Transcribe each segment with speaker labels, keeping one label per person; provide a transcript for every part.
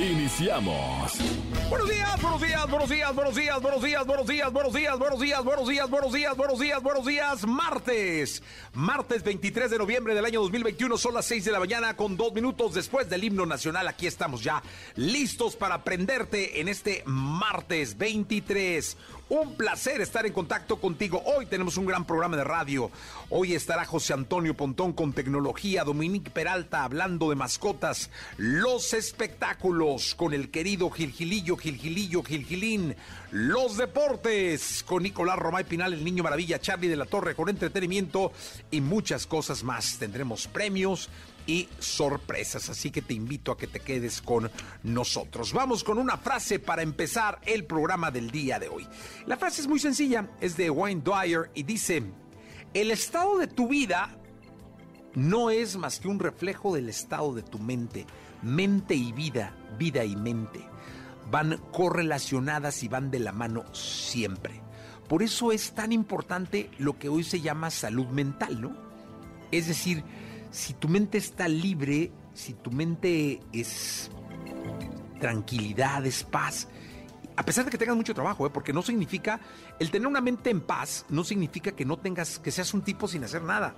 Speaker 1: Iniciamos.
Speaker 2: Buenos días, buenos días, buenos días, buenos días, buenos días, buenos días, buenos días, buenos días, buenos días, buenos días, buenos días, buenos días, martes. Martes 23 de noviembre del año 2021, son las 6 de la mañana con dos minutos después del himno nacional. Aquí estamos ya listos para prenderte en este martes 23. Un placer estar en contacto contigo. Hoy tenemos un gran programa de radio. Hoy estará José Antonio Pontón con tecnología, Dominique Peralta hablando de mascotas, los espectáculos con el querido Gilgilillo, Gilgilillo, Gilgilín, los deportes con Nicolás Romay Pinal, el niño maravilla, Charlie de la Torre con entretenimiento y muchas cosas más. Tendremos premios y sorpresas. Así que te invito a que te quedes con nosotros. Vamos con una frase para empezar el programa del día de hoy. La frase es muy sencilla, es de Wayne Dyer y dice, el estado de tu vida no es más que un reflejo del estado de tu mente. Mente y vida, vida y mente van correlacionadas y van de la mano siempre. Por eso es tan importante lo que hoy se llama salud mental, ¿no? Es decir, si tu mente está libre, si tu mente es tranquilidad, es paz, a pesar de que tengas mucho trabajo, ¿eh? porque no significa, el tener una mente en paz no significa que no tengas, que seas un tipo sin hacer nada.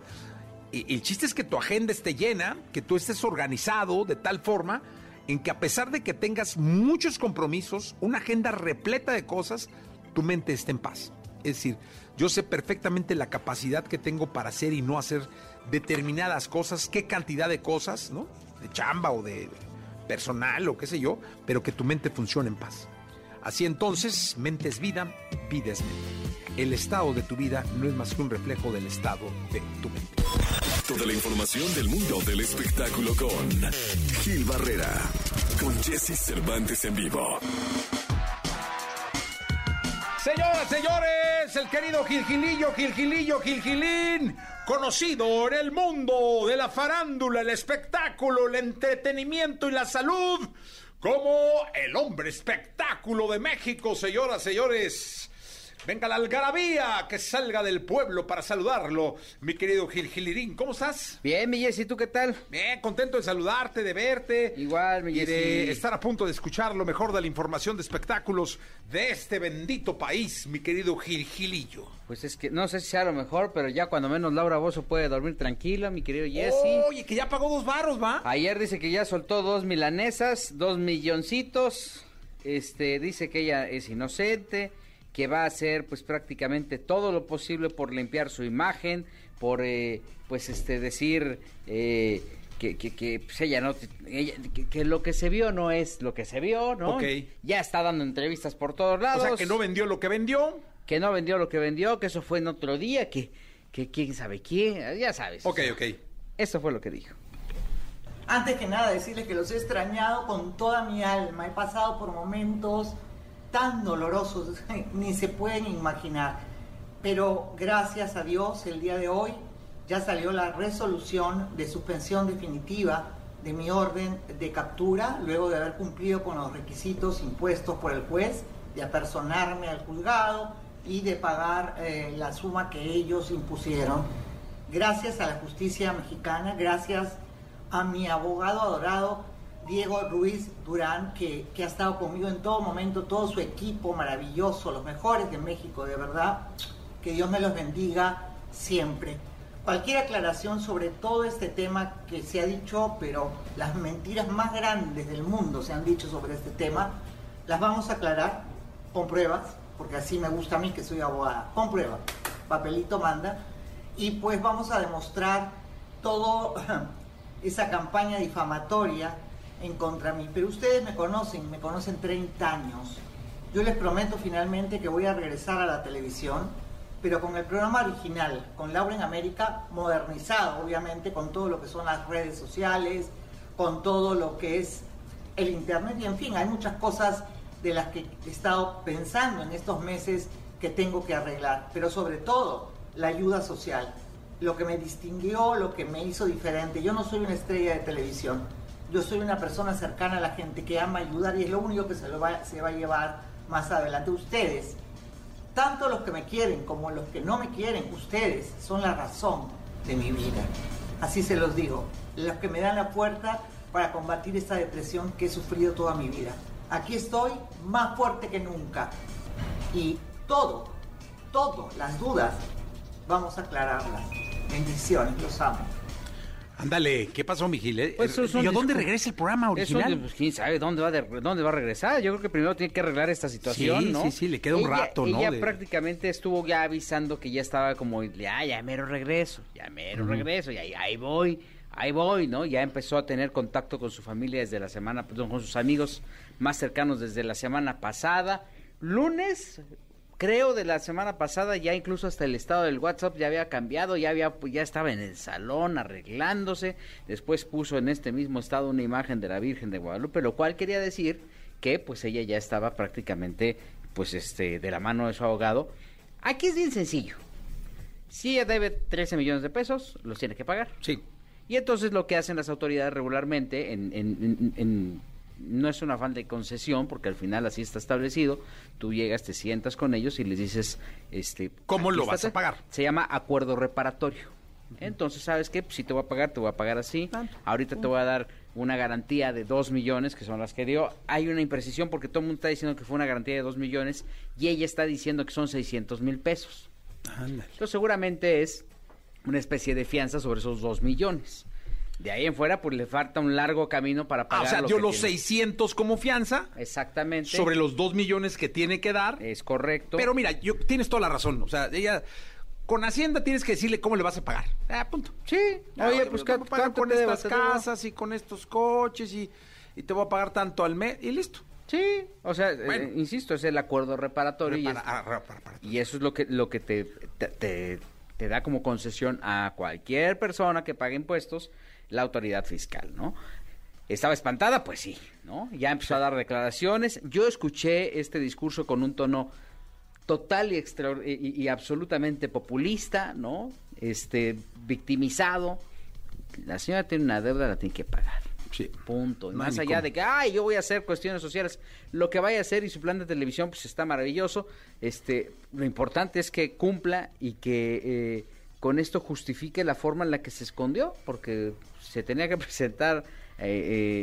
Speaker 2: E- El chiste es que tu agenda esté llena, que tú estés organizado de tal forma en que a pesar de que tengas muchos compromisos, una agenda repleta de cosas, tu mente esté en paz. Es decir, yo sé perfectamente la capacidad que tengo para hacer y no hacer determinadas cosas, qué cantidad de cosas, ¿no? De chamba o de personal o qué sé yo, pero que tu mente funcione en paz. Así entonces, mente es vida, vida es mente. El estado de tu vida no es más que un reflejo del estado de tu mente.
Speaker 3: Toda la información del mundo del espectáculo con Gil Barrera, con Jesse Cervantes en vivo.
Speaker 2: Señoras, señores, el querido Gilgilillo, Gilgilillo, Gilgilín, conocido en el mundo de la farándula, el espectáculo, el entretenimiento y la salud, como el hombre espectáculo de México, señoras, señores. Venga la algarabía que salga del pueblo para saludarlo, mi querido Gilgilirín. ¿Cómo estás?
Speaker 4: Bien, mi Jessy, ¿tú qué tal?
Speaker 2: Bien, contento de saludarte, de verte.
Speaker 4: Igual, mi
Speaker 2: Y de
Speaker 4: Jessy.
Speaker 2: estar a punto de escuchar lo mejor de la información de espectáculos de este bendito país, mi querido Gilgilillo.
Speaker 4: Pues es que no sé si sea lo mejor, pero ya cuando menos Laura Bozo puede dormir tranquila, mi querido Jessy.
Speaker 2: Oye, que ya pagó dos varos, ¿va?
Speaker 4: Ayer dice que ya soltó dos milanesas, dos milloncitos. Este, dice que ella es inocente, que va a hacer pues prácticamente todo lo posible por limpiar su imagen, por eh, pues este decir eh, que, que, que, pues, ella no ella- que, que lo que se vio no es lo que se vio, ¿no?
Speaker 2: Ok.
Speaker 4: Ya está dando entrevistas por todos
Speaker 2: O
Speaker 4: lados.
Speaker 2: sea, que no vendió lo que vendió.
Speaker 4: que no vendió lo que vendió, que eso fue en otro día, que, que quién sabe quién, ya sabes.
Speaker 2: Ok, ok.
Speaker 4: Eso fue lo que dijo.
Speaker 5: Antes que nada, decirles que los he extrañado con toda mi alma. He pasado por momentos tan dolorosos, ni se pueden imaginar. Pero gracias a Dios, el día de hoy ya salió la resolución de suspensión definitiva de mi orden de captura, luego de haber cumplido con los requisitos impuestos por el juez, de apersonarme al juzgado y de pagar eh, la suma que ellos impusieron gracias a la justicia mexicana, gracias a mi abogado adorado Diego Ruiz Durán, que, que ha estado conmigo en todo momento, todo su equipo maravilloso, los mejores de México, de verdad, que Dios me los bendiga siempre. Cualquier aclaración sobre todo este tema que se ha dicho, pero las mentiras más grandes del mundo se han dicho sobre este tema, las vamos a aclarar con pruebas, porque así me gusta a mí que soy abogada, con pruebas, papelito manda, y pues vamos a demostrar toda esa campaña difamatoria en contra mí. Pero ustedes me conocen, me conocen 30 años. Yo les prometo finalmente que voy a regresar a la televisión, pero con el programa original, con Laura en América, modernizado, obviamente, con todo lo que son las redes sociales, con todo lo que es el Internet y en fin, hay muchas cosas de las que he estado pensando en estos meses que tengo que arreglar, pero sobre todo la ayuda social, lo que me distinguió, lo que me hizo diferente. Yo no soy una estrella de televisión, yo soy una persona cercana a la gente que ama ayudar y es lo único que se, lo va, se va a llevar más adelante. Ustedes, tanto los que me quieren como los que no me quieren, ustedes son la razón de mi vida. Así se los digo, los que me dan la puerta para combatir esta depresión que he sufrido toda mi vida. Aquí estoy más fuerte que nunca. Y todo, todo, las dudas, vamos a aclararlas. Bendiciones, los amo.
Speaker 6: Ándale, ¿qué pasó, Mijil? Eh?
Speaker 4: Pues eso es
Speaker 6: ¿Y
Speaker 4: un
Speaker 6: a dónde
Speaker 4: discu-
Speaker 6: regresa el programa
Speaker 4: Eso,
Speaker 6: original?
Speaker 4: pues, quién sabe dónde va, de- dónde va a regresar. Yo creo que primero tiene que arreglar esta situación,
Speaker 6: Sí,
Speaker 4: ¿no?
Speaker 6: sí, sí, le queda un
Speaker 4: Ella-
Speaker 6: rato, ¿no?
Speaker 4: Ella
Speaker 6: De-
Speaker 4: prácticamente estuvo ya avisando que ya estaba como, ah, ya mero regreso, ya mero regreso, y ahí, ahí voy, ahí voy, ¿no? Ya empezó a tener contacto con su familia desde la semana, perdón, con sus amigos más cercanos desde la semana pasada. Lunes, creo, de la semana pasada, ya incluso hasta el estado del WhatsApp ya había cambiado, ya, había, ya estaba en el salón arreglándose. Después puso en este mismo estado una imagen de la Virgen de Guadalupe, lo cual quería decir que pues ella ya estaba prácticamente pues este de la mano de su abogado. Aquí es bien sencillo. Si ella debe 13 millones de pesos, los tiene que pagar.
Speaker 6: Sí.
Speaker 4: Y entonces lo que hacen las autoridades regularmente, en, en- en- en- no es un afán de concesión, porque al final así está establecido, tú llegas, te sientas con ellos y les dices, este,
Speaker 6: ¿Cómo
Speaker 4: aquí
Speaker 6: lo vas a pagar?
Speaker 4: Se llama acuerdo reparatorio. Entonces, ¿sabes qué? Pues, si te voy a pagar, te voy a pagar así. Ahorita te voy a dar una garantía de 2 millones, que son las que dio. Hay una imprecisión porque todo el mundo está diciendo que fue una garantía de 2 millones y ella está diciendo que son 600 mil pesos.
Speaker 6: Ándale.
Speaker 4: Entonces seguramente es una especie de fianza sobre esos dos millones. De ahí en fuera, pues le falta un largo camino para
Speaker 6: Ah,
Speaker 4: pagar.
Speaker 6: o sea,
Speaker 4: lo
Speaker 6: dio
Speaker 4: que
Speaker 6: los
Speaker 4: tiene.
Speaker 6: 600 como fianza
Speaker 4: Exactamente.
Speaker 6: sobre los 2 millones que tiene que dar.
Speaker 4: Es correcto.
Speaker 6: Pero mira, yo, tienes toda la razón. O sea, ella. Con Hacienda tienes que decirle cómo le vas a pagar. Ah, punto.
Speaker 4: Sí. Oye, pues
Speaker 6: te
Speaker 4: ¿cuánto,
Speaker 6: voy a pagar
Speaker 4: cuánto
Speaker 6: con
Speaker 4: te
Speaker 6: estas
Speaker 4: debas? Te debo-
Speaker 6: casas y con estos coches y, y te voy a pagar tanto al mes y listo.
Speaker 4: Sí. O sea, eh,
Speaker 6: Bueno.
Speaker 4: insisto, es el acuerdo reparatorio. y es-
Speaker 6: Repara- ah, repara- para-
Speaker 4: Y eso es lo que, lo que te, te, te- te da como concesión a cualquier persona que pague impuestos la autoridad fiscal, ¿no? ¿Estaba espantada? Pues sí, ¿no? Ya empezó a dar declaraciones. Yo escuché este discurso con un tono total y, extra- y- y absolutamente populista, ¿no? Este, victimizado. La señora tiene una deuda, la tiene que pagar.
Speaker 6: Sí.
Speaker 4: Punto. Y
Speaker 6: No hay
Speaker 4: más
Speaker 6: ni
Speaker 4: allá
Speaker 6: cómo.
Speaker 4: de que, ay, yo voy a hacer cuestiones sociales, lo que vaya a hacer y su plan de televisión, pues está maravilloso. Este, lo importante es que cumpla y que eh, con esto justifique la forma en la que se escondió, porque se tenía que presentar eh,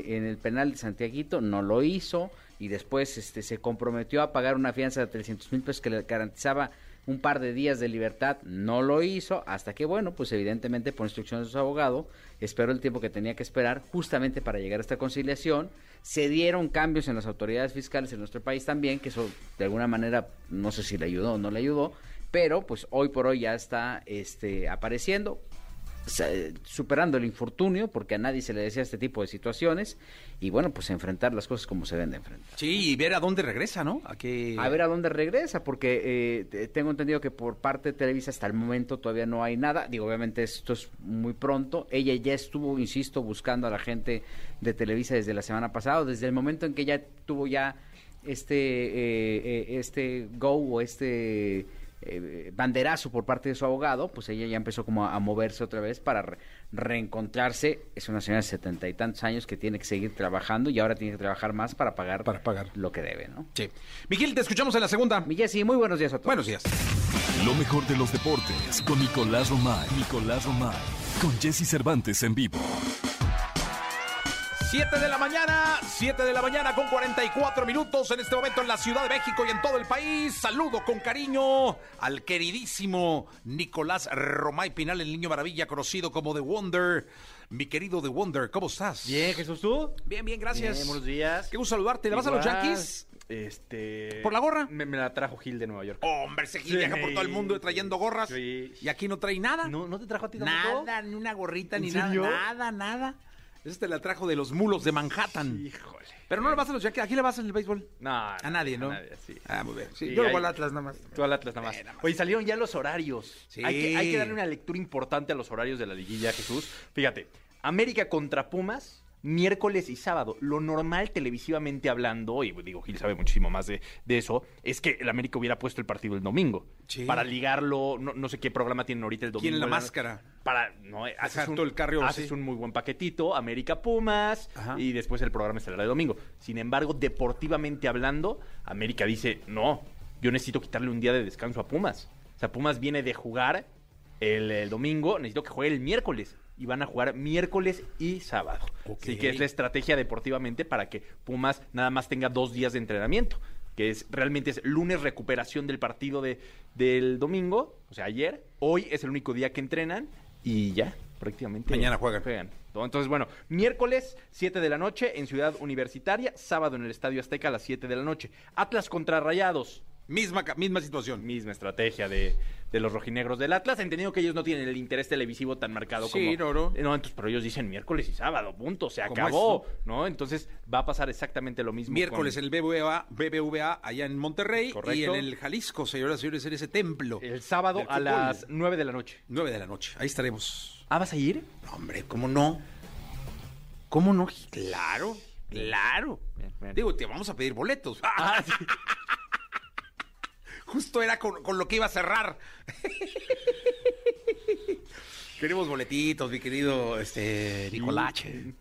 Speaker 4: eh, en el penal de Santiaguito, no lo hizo, y después este, se comprometió a pagar una fianza de 300 mil pesos que le garantizaba un par de días de libertad, no lo hizo, hasta que, bueno, pues evidentemente por instrucciones de su abogado, esperó el tiempo que tenía que esperar justamente para llegar a esta conciliación. Se dieron cambios en las autoridades fiscales en nuestro país también, que eso de alguna manera, no sé si le ayudó o no le ayudó, pero pues hoy por hoy ya está este, apareciendo sa- superando el infortunio porque a nadie se le decía este tipo de situaciones y bueno pues enfrentar las cosas como se deben de enfrentar.
Speaker 6: Sí, y ver a dónde regresa, ¿no? A qué.
Speaker 4: A ver a dónde regresa, porque eh, te- tengo entendido que por parte de Televisa hasta el momento todavía no hay nada. Digo, obviamente esto es muy pronto. Ella ya estuvo, insisto, buscando a la gente de Televisa desde la semana pasada, desde el momento en que ya tuvo ya este, eh, eh, este go o este eh, banderazo por parte de su abogado, pues ella ya empezó como a, a moverse otra vez para re- reencontrarse. Es una señora de setenta y tantos años que tiene que seguir trabajando y ahora tiene que trabajar más para pagar,
Speaker 6: Para pagar.
Speaker 4: lo que debe, ¿no?
Speaker 6: Sí. Miguel, te escuchamos en la segunda.
Speaker 4: Mi Jessy, muy buenos días a todos.
Speaker 6: Buenos días.
Speaker 1: Lo mejor de los deportes con Nicolás Romay. Nicolás Romay. Con Jesse Cervantes en vivo.
Speaker 6: 7 de la mañana, 7 de la mañana con 44 minutos en este momento en la Ciudad de México y en todo el país. Saludo con cariño al queridísimo Nicolás Romay Pinal, el niño maravilla conocido como The Wonder. Mi querido The Wonder, ¿cómo estás?
Speaker 7: Bien, Jesús, ¿tú?
Speaker 6: Bien, bien, gracias.
Speaker 7: Bien, buenos días.
Speaker 6: Qué gusto saludarte. ¿Le vas a los
Speaker 7: Igual,
Speaker 6: Yankees?
Speaker 7: Este...
Speaker 6: ¿Por la gorra?
Speaker 7: Me, me la trajo Gil de Nueva York.
Speaker 6: Hombre, ese Gil viaja por todo el mundo trayendo gorras.
Speaker 7: Sí.
Speaker 6: Y aquí no trae nada.
Speaker 7: ¿No, ¿No te trajo a ti tampoco?
Speaker 6: Nada, ni una gorrita,
Speaker 7: ¿En
Speaker 6: ni nada.
Speaker 7: serio?
Speaker 6: Nada, nada. Esa te la trajo de los mulos de Manhattan.
Speaker 7: Híjole.
Speaker 6: Pero no le vas a los Yankees. ¿A quién le vas en el béisbol?
Speaker 7: No,
Speaker 6: A nadie, ¿no?
Speaker 7: A nadie, sí.
Speaker 6: Ah, muy bien. Sí,
Speaker 7: Sí,
Speaker 6: yo le voy
Speaker 7: ahí-
Speaker 6: al Atlas nada más.
Speaker 7: Tú al Atlas nada más.
Speaker 6: Eh, nada más.
Speaker 7: Oye, salieron ya los horarios.
Speaker 6: Sí.
Speaker 7: Hay que, hay que darle una lectura importante a los horarios de la liguilla, Jesús. Fíjate, América contra Pumas miércoles y sábado. Lo normal televisivamente hablando, y digo, Gil sabe muchísimo más de, de eso, es que el América hubiera puesto el partido el domingo.
Speaker 2: Sí.
Speaker 7: Para ligarlo, no, no sé qué programa tienen ahorita el domingo.
Speaker 2: ¿Quién la
Speaker 7: en no-
Speaker 2: máscara?
Speaker 7: Para, no, eh, haces,
Speaker 2: Exacto,
Speaker 7: un,
Speaker 2: el carry over,
Speaker 7: haces
Speaker 2: sí.
Speaker 7: un muy buen paquetito, América Pumas,
Speaker 2: Ajá.
Speaker 7: y después el programa estelar de domingo. Sin embargo, deportivamente hablando, América dice, no, yo necesito quitarle un día de descanso a Pumas. O sea, Pumas viene de jugar el, el domingo, necesito que juegue el miércoles. Y van a jugar miércoles y sábado. Así que es la estrategia deportivamente para que Pumas nada más tenga dos días de entrenamiento. Que es realmente es lunes recuperación del partido de, del domingo, o sea, ayer. Hoy es el único día que entrenan y ya, prácticamente.
Speaker 2: Mañana juegan.
Speaker 7: ¿no? Entonces, bueno, miércoles 7 de la noche en Ciudad Universitaria, sábado en el Estadio Azteca a las 7 de la noche. Atlas contra Rayados,
Speaker 2: Misma, ca- misma situación.
Speaker 7: misma estrategia de, de los rojinegros del Atlas, entendiendo que ellos no tienen el interés televisivo tan marcado
Speaker 2: Sí, no,
Speaker 7: como...
Speaker 2: no.
Speaker 7: Eh, entonces, pero ellos dicen miércoles y sábado, punto, se
Speaker 2: Como
Speaker 7: acabó, ¿no? Entonces va a pasar exactamente lo mismo.
Speaker 2: Miércoles
Speaker 7: con-
Speaker 2: en el BBVA, BBVA allá en Monterrey y en
Speaker 7: Correcto.
Speaker 2: el Jalisco, señoras y señores, en ese templo.
Speaker 7: el sábado
Speaker 2: del
Speaker 7: a
Speaker 2: fútbol.
Speaker 7: las 9 de la noche.
Speaker 2: 9 de la noche. Ahí estaremos.
Speaker 7: ¿Ah, vas a ir?
Speaker 2: No, hombre, ¿cómo no? ¿Cómo no? Claro, claro.
Speaker 7: Bien, bien.
Speaker 2: Digo, te vamos a pedir boletos.
Speaker 7: Ah, sí.
Speaker 2: Justo era con, con lo que iba a cerrar. Queremos boletitos, mi querido este, Nicolache.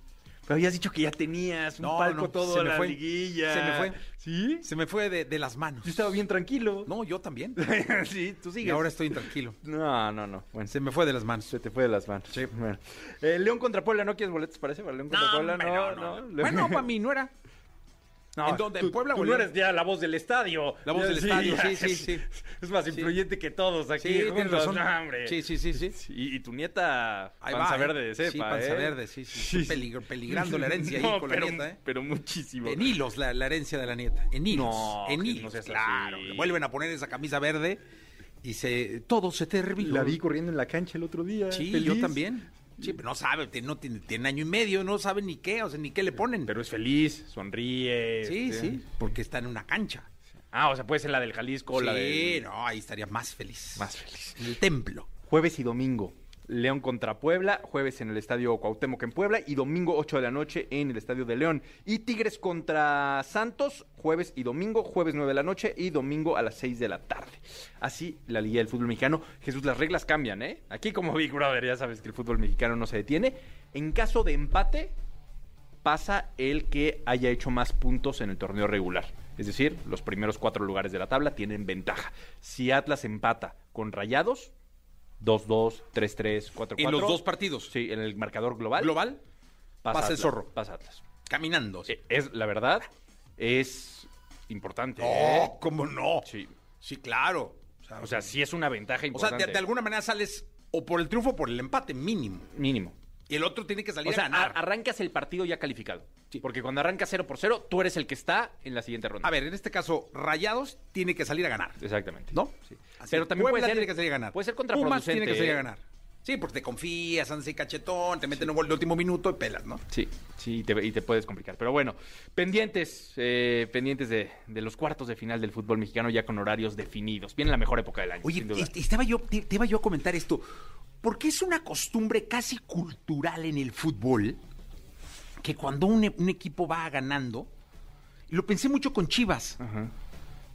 Speaker 7: Pero habías dicho que ya tenías un
Speaker 2: No,
Speaker 7: palco
Speaker 2: no,
Speaker 7: todo
Speaker 2: se
Speaker 7: a
Speaker 2: me
Speaker 7: la
Speaker 2: fue.
Speaker 7: liguilla.
Speaker 2: Se me fue.
Speaker 7: ¿Sí?
Speaker 2: Se me fue de, de las manos.
Speaker 7: Yo estaba bien tranquilo.
Speaker 2: No, yo también.
Speaker 7: sí, tú
Speaker 2: Y
Speaker 7: sigues.
Speaker 2: ahora estoy intranquilo.
Speaker 7: No, no, no. Bueno,
Speaker 2: Se me fue de las manos.
Speaker 7: se te fue de las manos.
Speaker 2: Sí.
Speaker 7: Bueno. Eh, León contra Puebla, ¿no quieres boletos parece? ¿Para León
Speaker 2: No,
Speaker 7: contra Puebla?
Speaker 2: hombre,
Speaker 7: No,
Speaker 2: no,
Speaker 7: no.
Speaker 2: no.
Speaker 7: León-
Speaker 2: Bueno, para mí no era.
Speaker 7: No,
Speaker 2: ¿en dónde? ¿En
Speaker 7: tú-
Speaker 2: Puebla o
Speaker 7: Tú
Speaker 2: en
Speaker 7: no
Speaker 2: León?
Speaker 7: eres ya la voz del estadio.
Speaker 2: La voz
Speaker 7: Ya,
Speaker 2: del estadio,
Speaker 7: ya,
Speaker 2: sí, sí, sí.
Speaker 7: Es, más influyente que todos aquí.
Speaker 2: Sí, tienes
Speaker 7: juntos.
Speaker 2: razón.
Speaker 7: No, hombre.
Speaker 2: Sí, sí, sí, sí.
Speaker 7: Y, y tu nieta
Speaker 2: Ahí
Speaker 7: panza
Speaker 2: va, ¿eh?
Speaker 7: verde de cepa,
Speaker 2: Sí, panza
Speaker 7: ¿eh?
Speaker 2: verde, sí, sí. Peligro- peligrando la herencia
Speaker 7: No,
Speaker 2: ahí con
Speaker 7: pero,
Speaker 2: la nieta, ¿eh?
Speaker 7: Pero muchísimo.
Speaker 2: En hilos la, la herencia de la nieta. En hilos.
Speaker 7: No,
Speaker 2: en
Speaker 7: que
Speaker 2: hilos.
Speaker 7: no seas
Speaker 2: claro.
Speaker 7: así.
Speaker 2: le vuelven a poner esa camisa verde y se todo se terminó.
Speaker 7: La vi corriendo en la cancha el otro día.
Speaker 2: Sí,
Speaker 7: feliz.
Speaker 2: yo también. Sí, pero no sabe, tiene- no tiene, tiene año y medio, no sabe ni qué, o sea, ni qué le ponen.
Speaker 7: Pero es feliz, sonríe.
Speaker 2: sí,
Speaker 7: este.
Speaker 2: sí, porque está en una cancha.
Speaker 7: Ah, o sea, puede ser la del Jalisco,
Speaker 2: sí,
Speaker 7: la del...
Speaker 2: no, ahí estaría más feliz.
Speaker 7: Más feliz.
Speaker 2: En el templo.
Speaker 7: Jueves y domingo. León contra Puebla, jueves en el Estadio Cuauhtémoc en Puebla y domingo 8 de la noche en el Estadio de León. Y Tigres contra Santos, jueves y domingo, jueves 9 de la noche y domingo a las 6 de la tarde. Así la Liga del Fútbol Mexicano. Jesús, las reglas cambian, ¿eh? Aquí como Big Brother ya sabes que el fútbol mexicano no se detiene. En caso de empate, pasa el que haya hecho más puntos en el torneo regular. Es decir, los primeros cuatro lugares de la tabla tienen ventaja. Si Atlas empata con Rayados, 2-2, 3-3, 4-4.
Speaker 2: En los dos partidos.
Speaker 7: Sí, en el marcador global.
Speaker 2: Global, pasa el
Speaker 7: Atlas,
Speaker 2: zorro.
Speaker 7: Pasa Atlas.
Speaker 2: caminando.
Speaker 7: Eh, Es, la verdad, es importante. ¿eh?
Speaker 2: No, ¿cómo no?
Speaker 7: Sí.
Speaker 2: Sí, claro. O sea,
Speaker 7: O sea, sí es una ventaja
Speaker 2: o sea,
Speaker 7: importante.
Speaker 2: de, de alguna manera sales o por el triunfo o por el empate mínimo.
Speaker 7: Mínimo.
Speaker 2: Y el otro tiene que salir
Speaker 7: O sea,
Speaker 2: a ganar.
Speaker 7: a- arrancas el partido ya calificado.
Speaker 2: Sí.
Speaker 7: Porque cuando arrancas 0 por 0, tú eres el que está en la siguiente ronda.
Speaker 2: A ver, en este caso, Rayados tiene que salir a ganar.
Speaker 7: Exactamente.
Speaker 2: ¿No?
Speaker 7: Sí.
Speaker 2: Así,
Speaker 7: Pero también
Speaker 2: Puebla
Speaker 7: puede ser,
Speaker 2: tiene que salir a ganar.
Speaker 7: Puede ser
Speaker 2: Pumas
Speaker 7: contraproducente.
Speaker 2: tiene que salir a
Speaker 7: ¿eh?
Speaker 2: ganar. Sí, porque te confías, andas y cachetón, te meten un gol de último minuto y pelas, ¿no?
Speaker 7: Sí, sí, y te, y te puedes complicar. Pero bueno, pendientes, eh, pendientes de, de los cuartos de final del fútbol mexicano ya con horarios definidos. Viene la mejor época del año,
Speaker 2: Oye,
Speaker 7: sin duda.
Speaker 2: este- estaba yo, te, te iba yo a comentar esto. Porque es una costumbre casi cultural en el fútbol que cuando un, e- un equipo va ganando, y lo pensé mucho con Chivas,
Speaker 7: Ajá.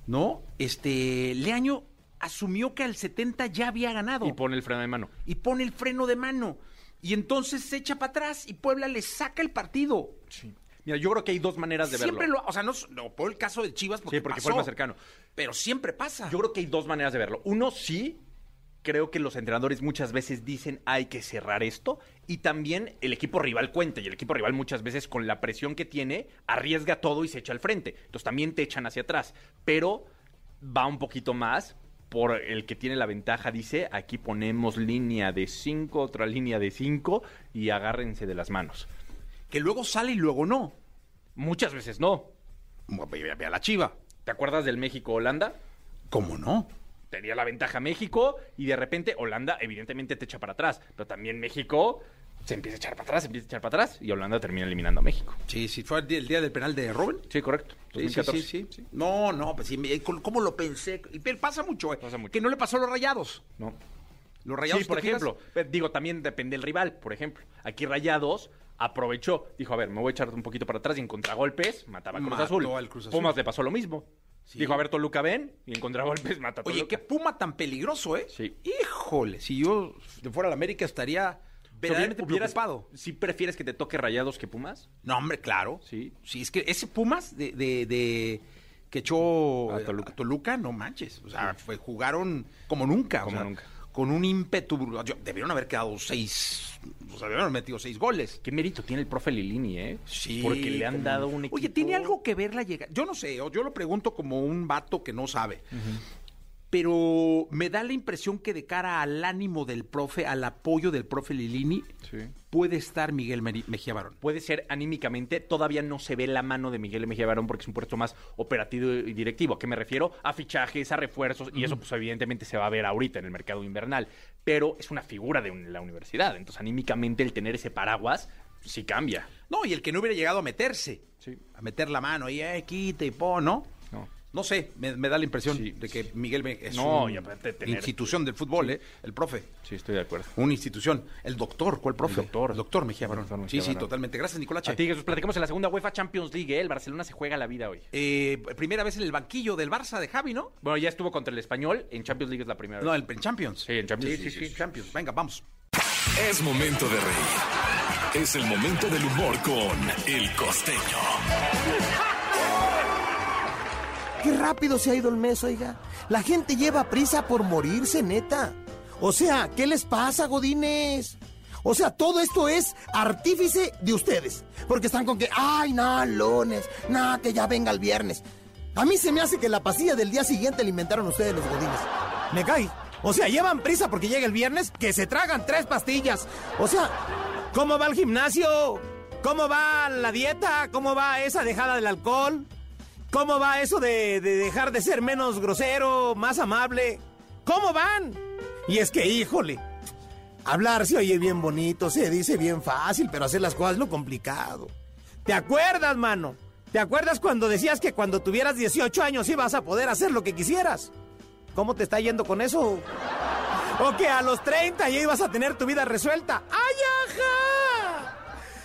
Speaker 2: ¿no? Este, Leaño asumió que al 70 ya había ganado.
Speaker 7: Y pone el freno de mano.
Speaker 2: y pone el freno de mano. Y entonces se echa para atrás y Puebla le saca el partido.
Speaker 7: Mira, yo creo que hay dos maneras de
Speaker 2: Siempre
Speaker 7: verlo.
Speaker 2: lo, o sea, no, no por el caso de Chivas porque,
Speaker 7: Sí, porque
Speaker 2: pasó,
Speaker 7: fue el más cercano.
Speaker 2: Pero siempre pasa.
Speaker 7: Yo creo que hay dos maneras de verlo. Uno, sí, creo que los entrenadores muchas veces dicen hay que cerrar esto. Y también el equipo rival cuenta. Y el equipo rival muchas veces con la presión que tiene arriesga todo y se echa al frente. Entonces también te echan hacia atrás. Pero va un poquito más por el que tiene la ventaja. Dice aquí ponemos línea de 5, otra línea de 5 y agárrense de las manos.
Speaker 2: que luego sale y luego no.
Speaker 7: Muchas veces no.
Speaker 2: Bueno, Ve ve a la Chiva.
Speaker 7: ¿Te acuerdas del México-Holanda?
Speaker 2: ¿Cómo no?
Speaker 7: tenía la ventaja México y de repente Holanda evidentemente te echa para atrás, pero también México se empieza a echar para atrás, se empieza a echar para atrás y Holanda termina eliminando a México.
Speaker 2: Sí, sí, fue el día, el día del penal de Robin.
Speaker 7: Sí, correcto.
Speaker 2: Sí, sí, sí, sí, No, no, pues sí, me- col- ¿cómo lo pensé? Y pe- pasa mucho, eh,
Speaker 7: Pasa mucho.
Speaker 2: Que no le pasó a los rayados.
Speaker 7: No.
Speaker 2: Los rayados,
Speaker 7: sí, por
Speaker 2: ¿te fijas?
Speaker 7: ejemplo. Eh, Digo, también depende del rival, por ejemplo. Aquí Rayados aprovechó. Dijo, a ver, me voy a echar un poquito para atrás y en contragolpes mataba a Cruz
Speaker 2: Mató
Speaker 7: Azul.
Speaker 2: al Cruz Azul.
Speaker 7: Pumas le pasó lo mismo.
Speaker 2: Sí.
Speaker 7: Dijo, a ver, Toluca ven y en contragolpes mata a Toluca.
Speaker 2: Oye, qué puma tan peligroso, ¿eh?
Speaker 7: Sí.
Speaker 2: Híjole, si yo de fuera de la América estaría verdaderamente
Speaker 7: hubieras-
Speaker 2: preocupado.
Speaker 7: ¿Sí prefieres que te toque Rayados que Pumas?
Speaker 2: No, hombre, claro.
Speaker 7: Sí.
Speaker 2: Sí, es que ese Pumas de, de- de- que echó
Speaker 7: A
Speaker 2: eh,
Speaker 7: Toluca.
Speaker 2: no manches. O sea, fue- jugaron como nunca. o
Speaker 7: Como
Speaker 2: sea,
Speaker 7: nunca.
Speaker 2: Con un ímpetu. brutal. Yo- debieron haber quedado seis. O sea, debieron haber metido seis goles.
Speaker 7: Qué mérito tiene el profe Lilini, ¿eh? Porque le han
Speaker 2: cómo
Speaker 7: dado
Speaker 2: no.
Speaker 7: un equipo...
Speaker 2: Oye, ¿tiene algo que ver la llegada? Yo no sé, o yo lo pregunto como un vato que no sabe. Pero me da la impresión que de cara al ánimo del profe, al apoyo del profe Lilini,
Speaker 7: Sí.
Speaker 2: puede estar Miguel Meri- Mejía Barón.
Speaker 7: puede ser anímicamente, todavía no se ve la mano de Miguel Mejía Barón porque es un puesto más operativo y directivo. ¿A qué me refiero? A fichajes, a refuerzos, y eso pues evidentemente se va a ver ahorita en el mercado invernal. Pero es una figura de un- la universidad, entonces anímicamente el tener ese paraguas sí cambia.
Speaker 2: No, y el que no hubiera llegado a meterse,
Speaker 7: Sí.
Speaker 2: a meter la mano y eh, quita y pon, ¿no?
Speaker 7: No.
Speaker 2: No sé, me, me da la impresión
Speaker 7: Sí,
Speaker 2: de que Miguel Me- es
Speaker 7: No,
Speaker 2: un-
Speaker 7: y aparte de tener-
Speaker 2: institución del fútbol, ¿eh? El profe.
Speaker 7: Sí, estoy de acuerdo.
Speaker 2: Una institución. El doctor, ¿cuál profe?
Speaker 7: doctor.
Speaker 2: doctor Mejía Barón.
Speaker 7: Doctor Mejía
Speaker 2: sí, sí,
Speaker 7: Barón.
Speaker 2: totalmente. Gracias, Nicolache.
Speaker 7: A ti, Jesús, platicamos en la segunda UEFA Champions League, ¿eh? el Barcelona se juega la vida hoy.
Speaker 2: Eh, primera vez en el banquillo del Barça de Javi, ¿no?
Speaker 7: Bueno, ya estuvo contra el español, en Champions League es la primera
Speaker 2: No,
Speaker 7: vez.
Speaker 2: el- en Champions.
Speaker 7: Sí, en Champions.
Speaker 2: Sí, sí,
Speaker 7: Sí,
Speaker 2: sí,
Speaker 7: sí, sí.
Speaker 2: Champions. Venga, vamos.
Speaker 1: Es momento de reír. Es el momento del humor con El Costeño.
Speaker 8: Qué rápido se ha ido el mes, oiga. La gente lleva prisa por morirse, neta. O sea, ¿qué les pasa, Godines? O sea, todo esto es artífice de ustedes. Porque están con que, ay, no, lunes, nada, que ya venga el viernes. A mí se me hace que la pasilla del día siguiente la inventaron ustedes los Godines. Me cae. O sea, llevan prisa porque llega el viernes, que se tragan tres pastillas. O sea, ¿cómo va el gimnasio? ¿Cómo va la dieta? ¿Cómo va esa dejada del alcohol? ¿Cómo va eso de, de dejar de ser menos grosero, más amable? ¿Cómo van? Y es que, híjole, hablar se oye bien bonito, se dice bien fácil, pero hacer las cosas es lo complicado. ¿Te acuerdas, mano? ¿Te acuerdas cuando decías que cuando tuvieras 18 años ibas a poder hacer lo que quisieras? ¿Cómo te está yendo con eso? O que a los 30 ya ibas a tener tu vida resuelta. ¡Ay, ajá!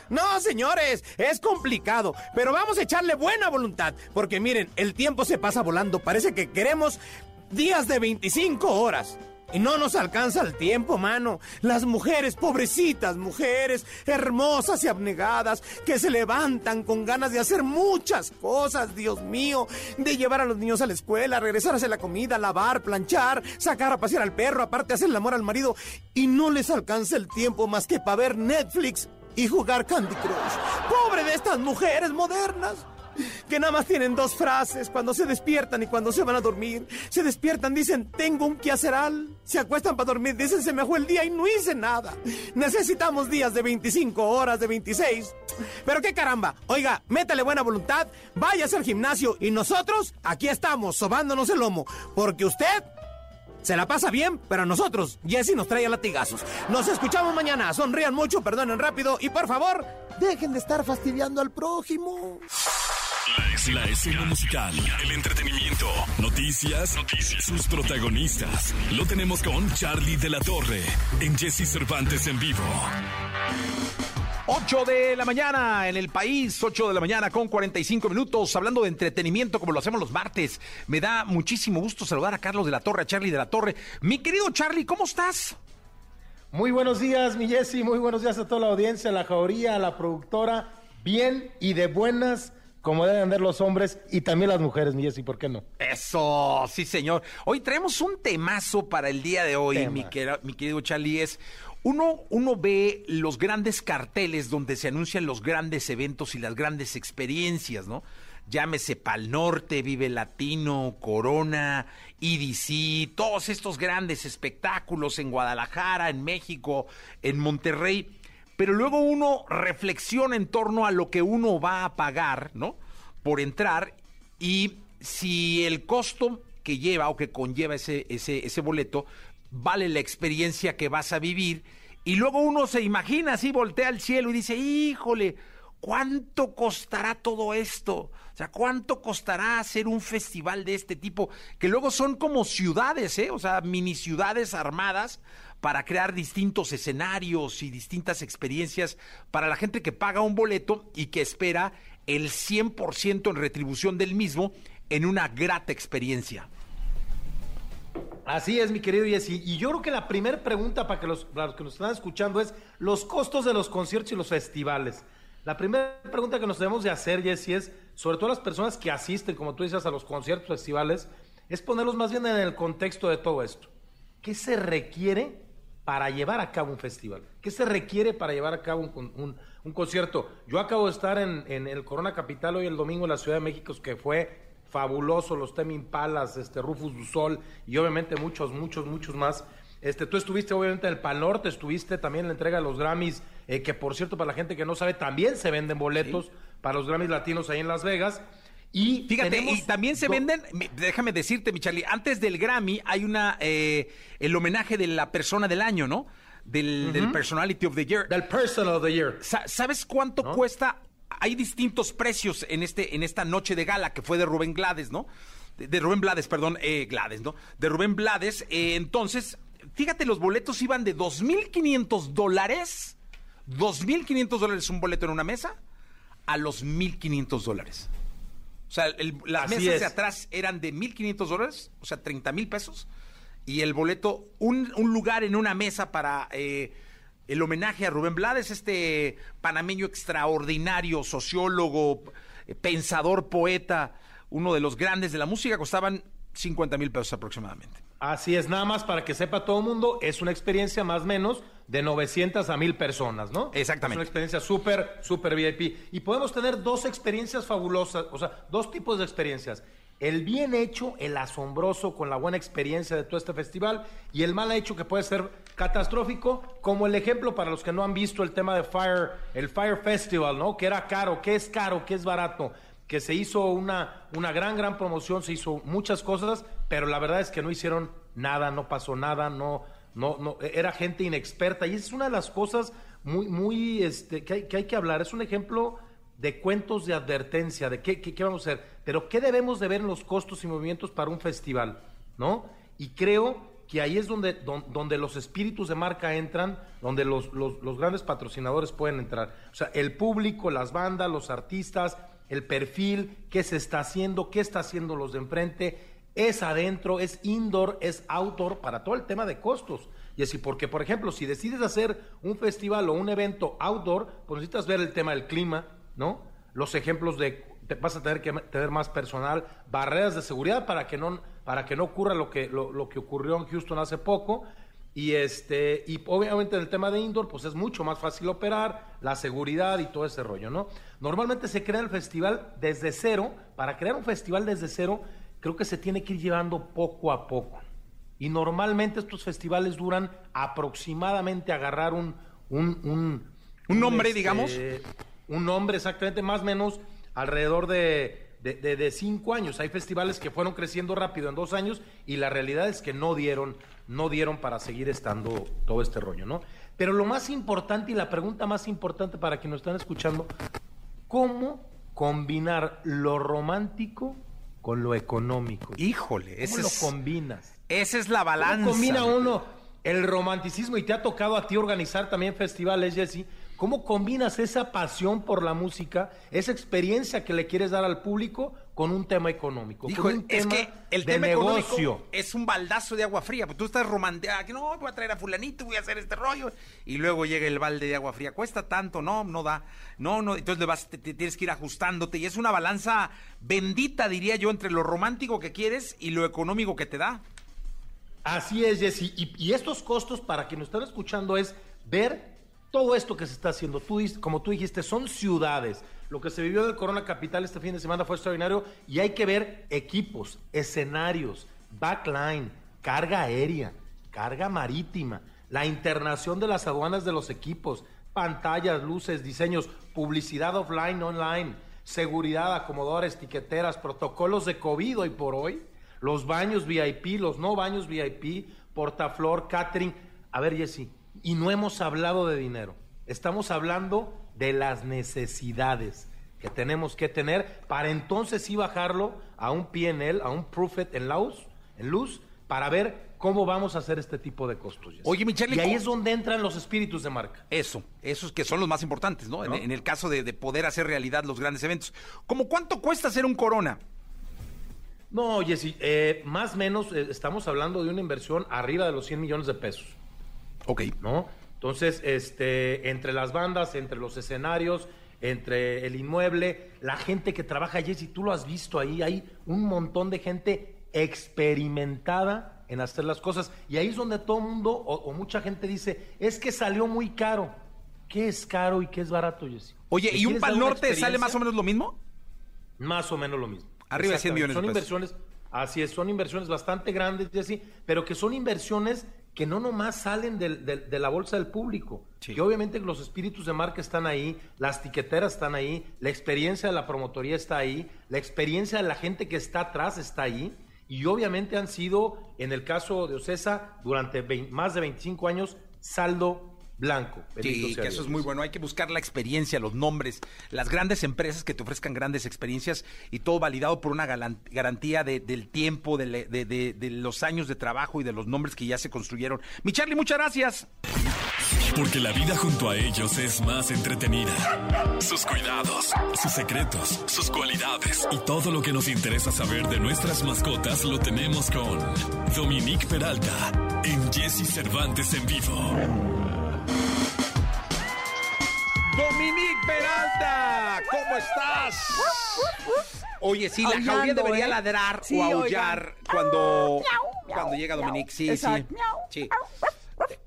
Speaker 8: No, señores, es complicado, pero vamos a echarle buena voluntad, porque miren, el tiempo se pasa volando, parece que queremos días de 25 horas. Y no nos alcanza el tiempo, mano. Las mujeres, pobrecitas mujeres, hermosas y abnegadas, que se levantan con ganas de hacer muchas cosas, Dios mío. De llevar a los niños a la escuela, regresar a hacer la comida, lavar, planchar, sacar a pasear al perro, aparte hacer el amor al marido. Y no les alcanza el tiempo más que para ver Netflix y jugar Candy Crush. Pobre de estas mujeres modernas. Que nada más tienen dos frases cuando se despiertan y cuando se van a dormir. Se despiertan, dicen, tengo un quehaceral. Se acuestan para dormir, dicen, se me fue el día y no hice nada. Necesitamos días de 25 horas, de 26. Pero qué caramba. Oiga, métale buena voluntad, váyase al gimnasio y nosotros aquí estamos, sobándonos el lomo. Porque usted se la pasa bien, pero a nosotros, Jesse nos trae a latigazos. Nos escuchamos mañana. Sonrían mucho, perdonen rápido y por favor, dejen de estar fastidiando al prójimo.
Speaker 1: La escena, la escena musical, el entretenimiento, noticias, noticias, sus protagonistas. Lo tenemos con Charlie de la Torre en Jesse Cervantes en vivo.
Speaker 6: 8 de la mañana en el país, 8 de la mañana con 45 minutos, hablando de entretenimiento como lo hacemos los martes. Me da muchísimo gusto saludar a Carlos de la Torre, a Charlie de la Torre. Mi querido Charlie, ¿cómo estás?
Speaker 9: Muy buenos días, mi Jesse. Muy buenos días a toda la audiencia, a la jauría, a la productora. Bien y de buenas, como deben andar los hombres y también las mujeres, mi Jesse, ¿por qué no?
Speaker 6: Eso, sí señor. Hoy traemos un temazo para el día de hoy,
Speaker 9: Tema.
Speaker 6: mi, quera- mi querido Charlie, es uno, uno ve los grandes carteles donde se anuncian los grandes eventos y las grandes experiencias, ¿no? Llámese Pal Norte, Vive Latino, Corona, IDC, todos estos grandes espectáculos en Guadalajara, en México, en Monterrey. Pero luego uno reflexiona en torno a lo que uno va a pagar, ¿no? Por entrar y si el costo que lleva o que conlleva ese, ese, ese boleto vale la experiencia que vas a vivir. Y luego uno se imagina así, voltea al cielo y dice, híjole,
Speaker 2: ¿Cuánto costará todo esto? O sea, ¿cuánto costará hacer un festival de este tipo? Que luego son como ciudades, ¿eh? O sea, mini ciudades armadas para crear distintos escenarios y distintas experiencias para la gente que paga un boleto y que espera el 100% en retribución del mismo en una grata experiencia.
Speaker 9: Así es, mi querido Jesse. Y yo creo que la primera pregunta para, que los, para los que nos están escuchando es los costos de los conciertos y los festivales. La primera pregunta que nos debemos de hacer, Jesse, es, sobre todo las personas que asisten, como tú dices, a los conciertos, festivales, es ponerlos más bien en el contexto de todo esto. ¿Qué se requiere para llevar a cabo un festival? ¿Qué se requiere para llevar a cabo un, con- un- un concierto? Yo acabo de estar en, en el Corona Capital hoy el domingo en la Ciudad de México, que fue fabuloso, los Temin Palas, este, Rufus du Sol y obviamente muchos, muchos, muchos más. Este, tú estuviste obviamente en el Pal Norte, estuviste también en la entrega de los Grammys, eh, que por cierto, para la gente que no sabe, también se venden boletos para los Grammys latinos ahí en Las Vegas. Y
Speaker 2: Fíjate,
Speaker 9: tenemos
Speaker 2: y también se
Speaker 9: do-
Speaker 2: venden, me- déjame decirte, mi Charlie, antes del Grammy hay una, eh, el homenaje de la persona del año, ¿no? Del, del Personality of the Year.
Speaker 9: Del Person of the Year.
Speaker 2: Sa- ¿Sabes cuánto
Speaker 9: ¿No?
Speaker 2: cuesta? Hay distintos precios en este, en esta noche de gala que fue de Rubén Glades, ¿no? De, de Rubén Blades, perdón, eh, Glades, ¿no? De Rubén Blades. eh, entonces, fíjate, los boletos iban de 2.500 dólares, 2.500 dólares un boleto en una mesa, a los 1.500 dólares. O sea, el- las
Speaker 9: Así
Speaker 2: mesas
Speaker 9: es.
Speaker 2: de atrás eran de 1.500 dólares, o sea, 30 mil pesos. Y el boleto, un, un lugar en una mesa para eh, el homenaje a Rubén Blades, este panameño extraordinario, sociólogo, eh, pensador, poeta, uno de los grandes de la música, costaban 50 mil pesos aproximadamente.
Speaker 9: Así es, nada más para que sepa todo el mundo, es una experiencia más o menos de 900 a 1000 personas, ¿no?
Speaker 2: Exactamente.
Speaker 9: Es una experiencia súper, súper VIP. Y podemos tener dos experiencias fabulosas, o sea, dos tipos de experiencias. El bien hecho, el asombroso con la buena experiencia de todo este festival y el mal hecho que puede ser catastrófico, como el ejemplo para los que no han visto el tema de Fire, el Fire Festival, ¿no? Que era caro, que es caro, que es barato que se hizo una, una gran, gran promoción, se hizo muchas cosas, pero la verdad es que no hicieron nada, no pasó nada, no, no, no, era gente inexperta. Y es una de las cosas muy, muy, este, que hay que, hay que hablar. Es un ejemplo de cuentos de advertencia, de qué, qué- qué vamos a hacer, pero qué debemos de ver en los costos y movimientos para un festival, ¿no? Y creo que ahí es donde, don- donde, los espíritus de marca entran, donde los, los- los grandes patrocinadores pueden entrar. O sea, el público, las bandas, los artistas, el perfil, qué se está haciendo, qué está haciendo los de enfrente, es adentro, es indoor, es outdoor, para todo el tema de costos. Y así, porque, por ejemplo, si decides hacer un festival o un evento outdoor, pues necesitas ver el tema del clima, ¿no? Los ejemplos de te- vas a tener que ma- tener más personal, barreras de seguridad para que no, para que no ocurra lo que, lo, lo que ocurrió en Houston hace poco. Y este, y obviamente en el tema de indoor, pues es mucho más fácil operar, la seguridad y todo ese rollo, ¿no? Normalmente se crea el festival desde cero. Para crear un festival desde cero, creo que se tiene que ir llevando poco a poco. Y normalmente estos festivales duran aproximadamente agarrar un, un, un, este,
Speaker 2: Un nombre, digamos.
Speaker 9: un nombre exactamente, más o menos alrededor de, de, de- de cinco años. Hay festivales que fueron creciendo rápido en dos años y la realidad es que no dieron, no dieron para seguir estando todo este rollo, ¿no? Pero lo más importante y la pregunta más importante para quienes nos están escuchando, ¿cómo combinar lo romántico con lo económico?
Speaker 2: Híjole,
Speaker 9: ¿Cómo
Speaker 2: ese
Speaker 9: lo
Speaker 2: es-
Speaker 9: combinas?
Speaker 2: esa es la
Speaker 9: ¿Cómo
Speaker 2: balanza.
Speaker 9: combina uno el romanticismo y te ha tocado a ti organizar también festivales, Jesse? ¿Cómo combinas esa pasión por la música, esa experiencia que le quieres dar al público con un tema económico? con
Speaker 2: Hijo,
Speaker 9: un
Speaker 2: es que el
Speaker 9: de
Speaker 2: tema
Speaker 9: negocio.
Speaker 2: económico es un baldazo de agua fría. Pues tú estás romántico, que no, voy a traer a fulanito, voy a hacer este rollo. Y luego llega el balde de agua fría. Cuesta tanto, no, no da. No, no, entonces le vas, te, te tienes que ir ajustándote. Y es una balanza bendita, diría yo, entre lo romántico que quieres y lo económico que te da.
Speaker 9: Así es, Jesse. Y, y estos costos, para quienes están escuchando, es ver todo esto que se está haciendo. Tú, dis- como tú dijiste, son ciudades. Lo que se vivió del Corona Capital este fin de semana fue extraordinario y hay que ver equipos, escenarios, backline, carga aérea, carga marítima, la internación de las aduanas de los equipos, pantallas, luces, diseños, publicidad offline, online, seguridad, acomodadores, tiqueteras, protocolos de COVID hoy por hoy los baños VIP, los no baños VIP, portaflor, catering. A ver, Jesse, y no hemos hablado de dinero. Estamos hablando de las necesidades que tenemos que tener para entonces sí bajarlo a un PNL, a un Profit en Laos, en luz, para ver cómo vamos a hacer este tipo de costos. Jesse.
Speaker 2: Oye, mi Charlie,
Speaker 9: y ahí
Speaker 2: ¿cómo-
Speaker 9: es donde entran los espíritus de marca.
Speaker 2: Eso, esos que son los más importantes, ¿no? En,
Speaker 9: ¿No?
Speaker 2: en el caso de, de poder hacer realidad los grandes eventos. ¿Cómo cuánto cuesta hacer un corona?
Speaker 9: No, Jesse, eh, más o menos eh, estamos hablando de una inversión arriba de los 100 millones de pesos.
Speaker 2: Ok.
Speaker 9: ¿no? Entonces, este, entre las bandas, entre los escenarios, entre el inmueble, la gente que trabaja allí, si tú lo has visto ahí, hay un montón de gente experimentada en hacer las cosas. Y ahí es donde todo el mundo o, o mucha gente dice, es que salió muy caro. ¿Qué es caro y qué es barato, Jesse?
Speaker 2: Oye,
Speaker 9: ¿Le
Speaker 2: ¿y un
Speaker 9: quieres dar
Speaker 2: pal
Speaker 9: una
Speaker 2: norte sale más
Speaker 9: experiencia?
Speaker 2: o menos lo mismo?
Speaker 9: Más o menos lo mismo.
Speaker 2: Arriba de 100 millones de
Speaker 9: Son
Speaker 2: pesos.
Speaker 9: inversiones, así es, son inversiones bastante grandes, Jesse, pero que son inversiones que no nomás salen del- del- de la bolsa del público.
Speaker 2: Sí.
Speaker 9: Que obviamente los espíritus de marca están ahí, las tiqueteras están ahí, la experiencia de la promotoría está ahí, la experiencia de la gente que está atrás está ahí. Y obviamente han sido, en el caso de Ocesa, durante vein- más de 25 años, saldo blanco. Bendito
Speaker 2: Sí,
Speaker 9: sea
Speaker 2: que eso
Speaker 9: Dios.
Speaker 2: es muy bueno. Hay que buscar la experiencia, los nombres, las grandes empresas que te ofrezcan grandes experiencias y todo validado por una galan- garantía de- del tiempo, de, le- de- de- de los años de trabajo y de los nombres que ya se construyeron. Mi Charlie, muchas gracias.
Speaker 1: Porque la vida junto a ellos es más entretenida. Sus cuidados, sus secretos, sus cualidades y todo lo que nos interesa saber de nuestras mascotas lo tenemos con Dominique Peralta en Jesse Cervantes en vivo.
Speaker 6: Dominique Peralta, ¿cómo estás?
Speaker 2: Oye, sí, la jauría
Speaker 10: Aullando,
Speaker 2: debería
Speaker 10: ¿eh?
Speaker 2: ladrar
Speaker 10: Sí,
Speaker 2: o
Speaker 10: oigan.
Speaker 2: aullar cuando,
Speaker 10: miau,
Speaker 2: cuando llega
Speaker 10: miau.
Speaker 2: Dominique. Sí, sí.
Speaker 10: Exacto. Miau,
Speaker 2: Sí.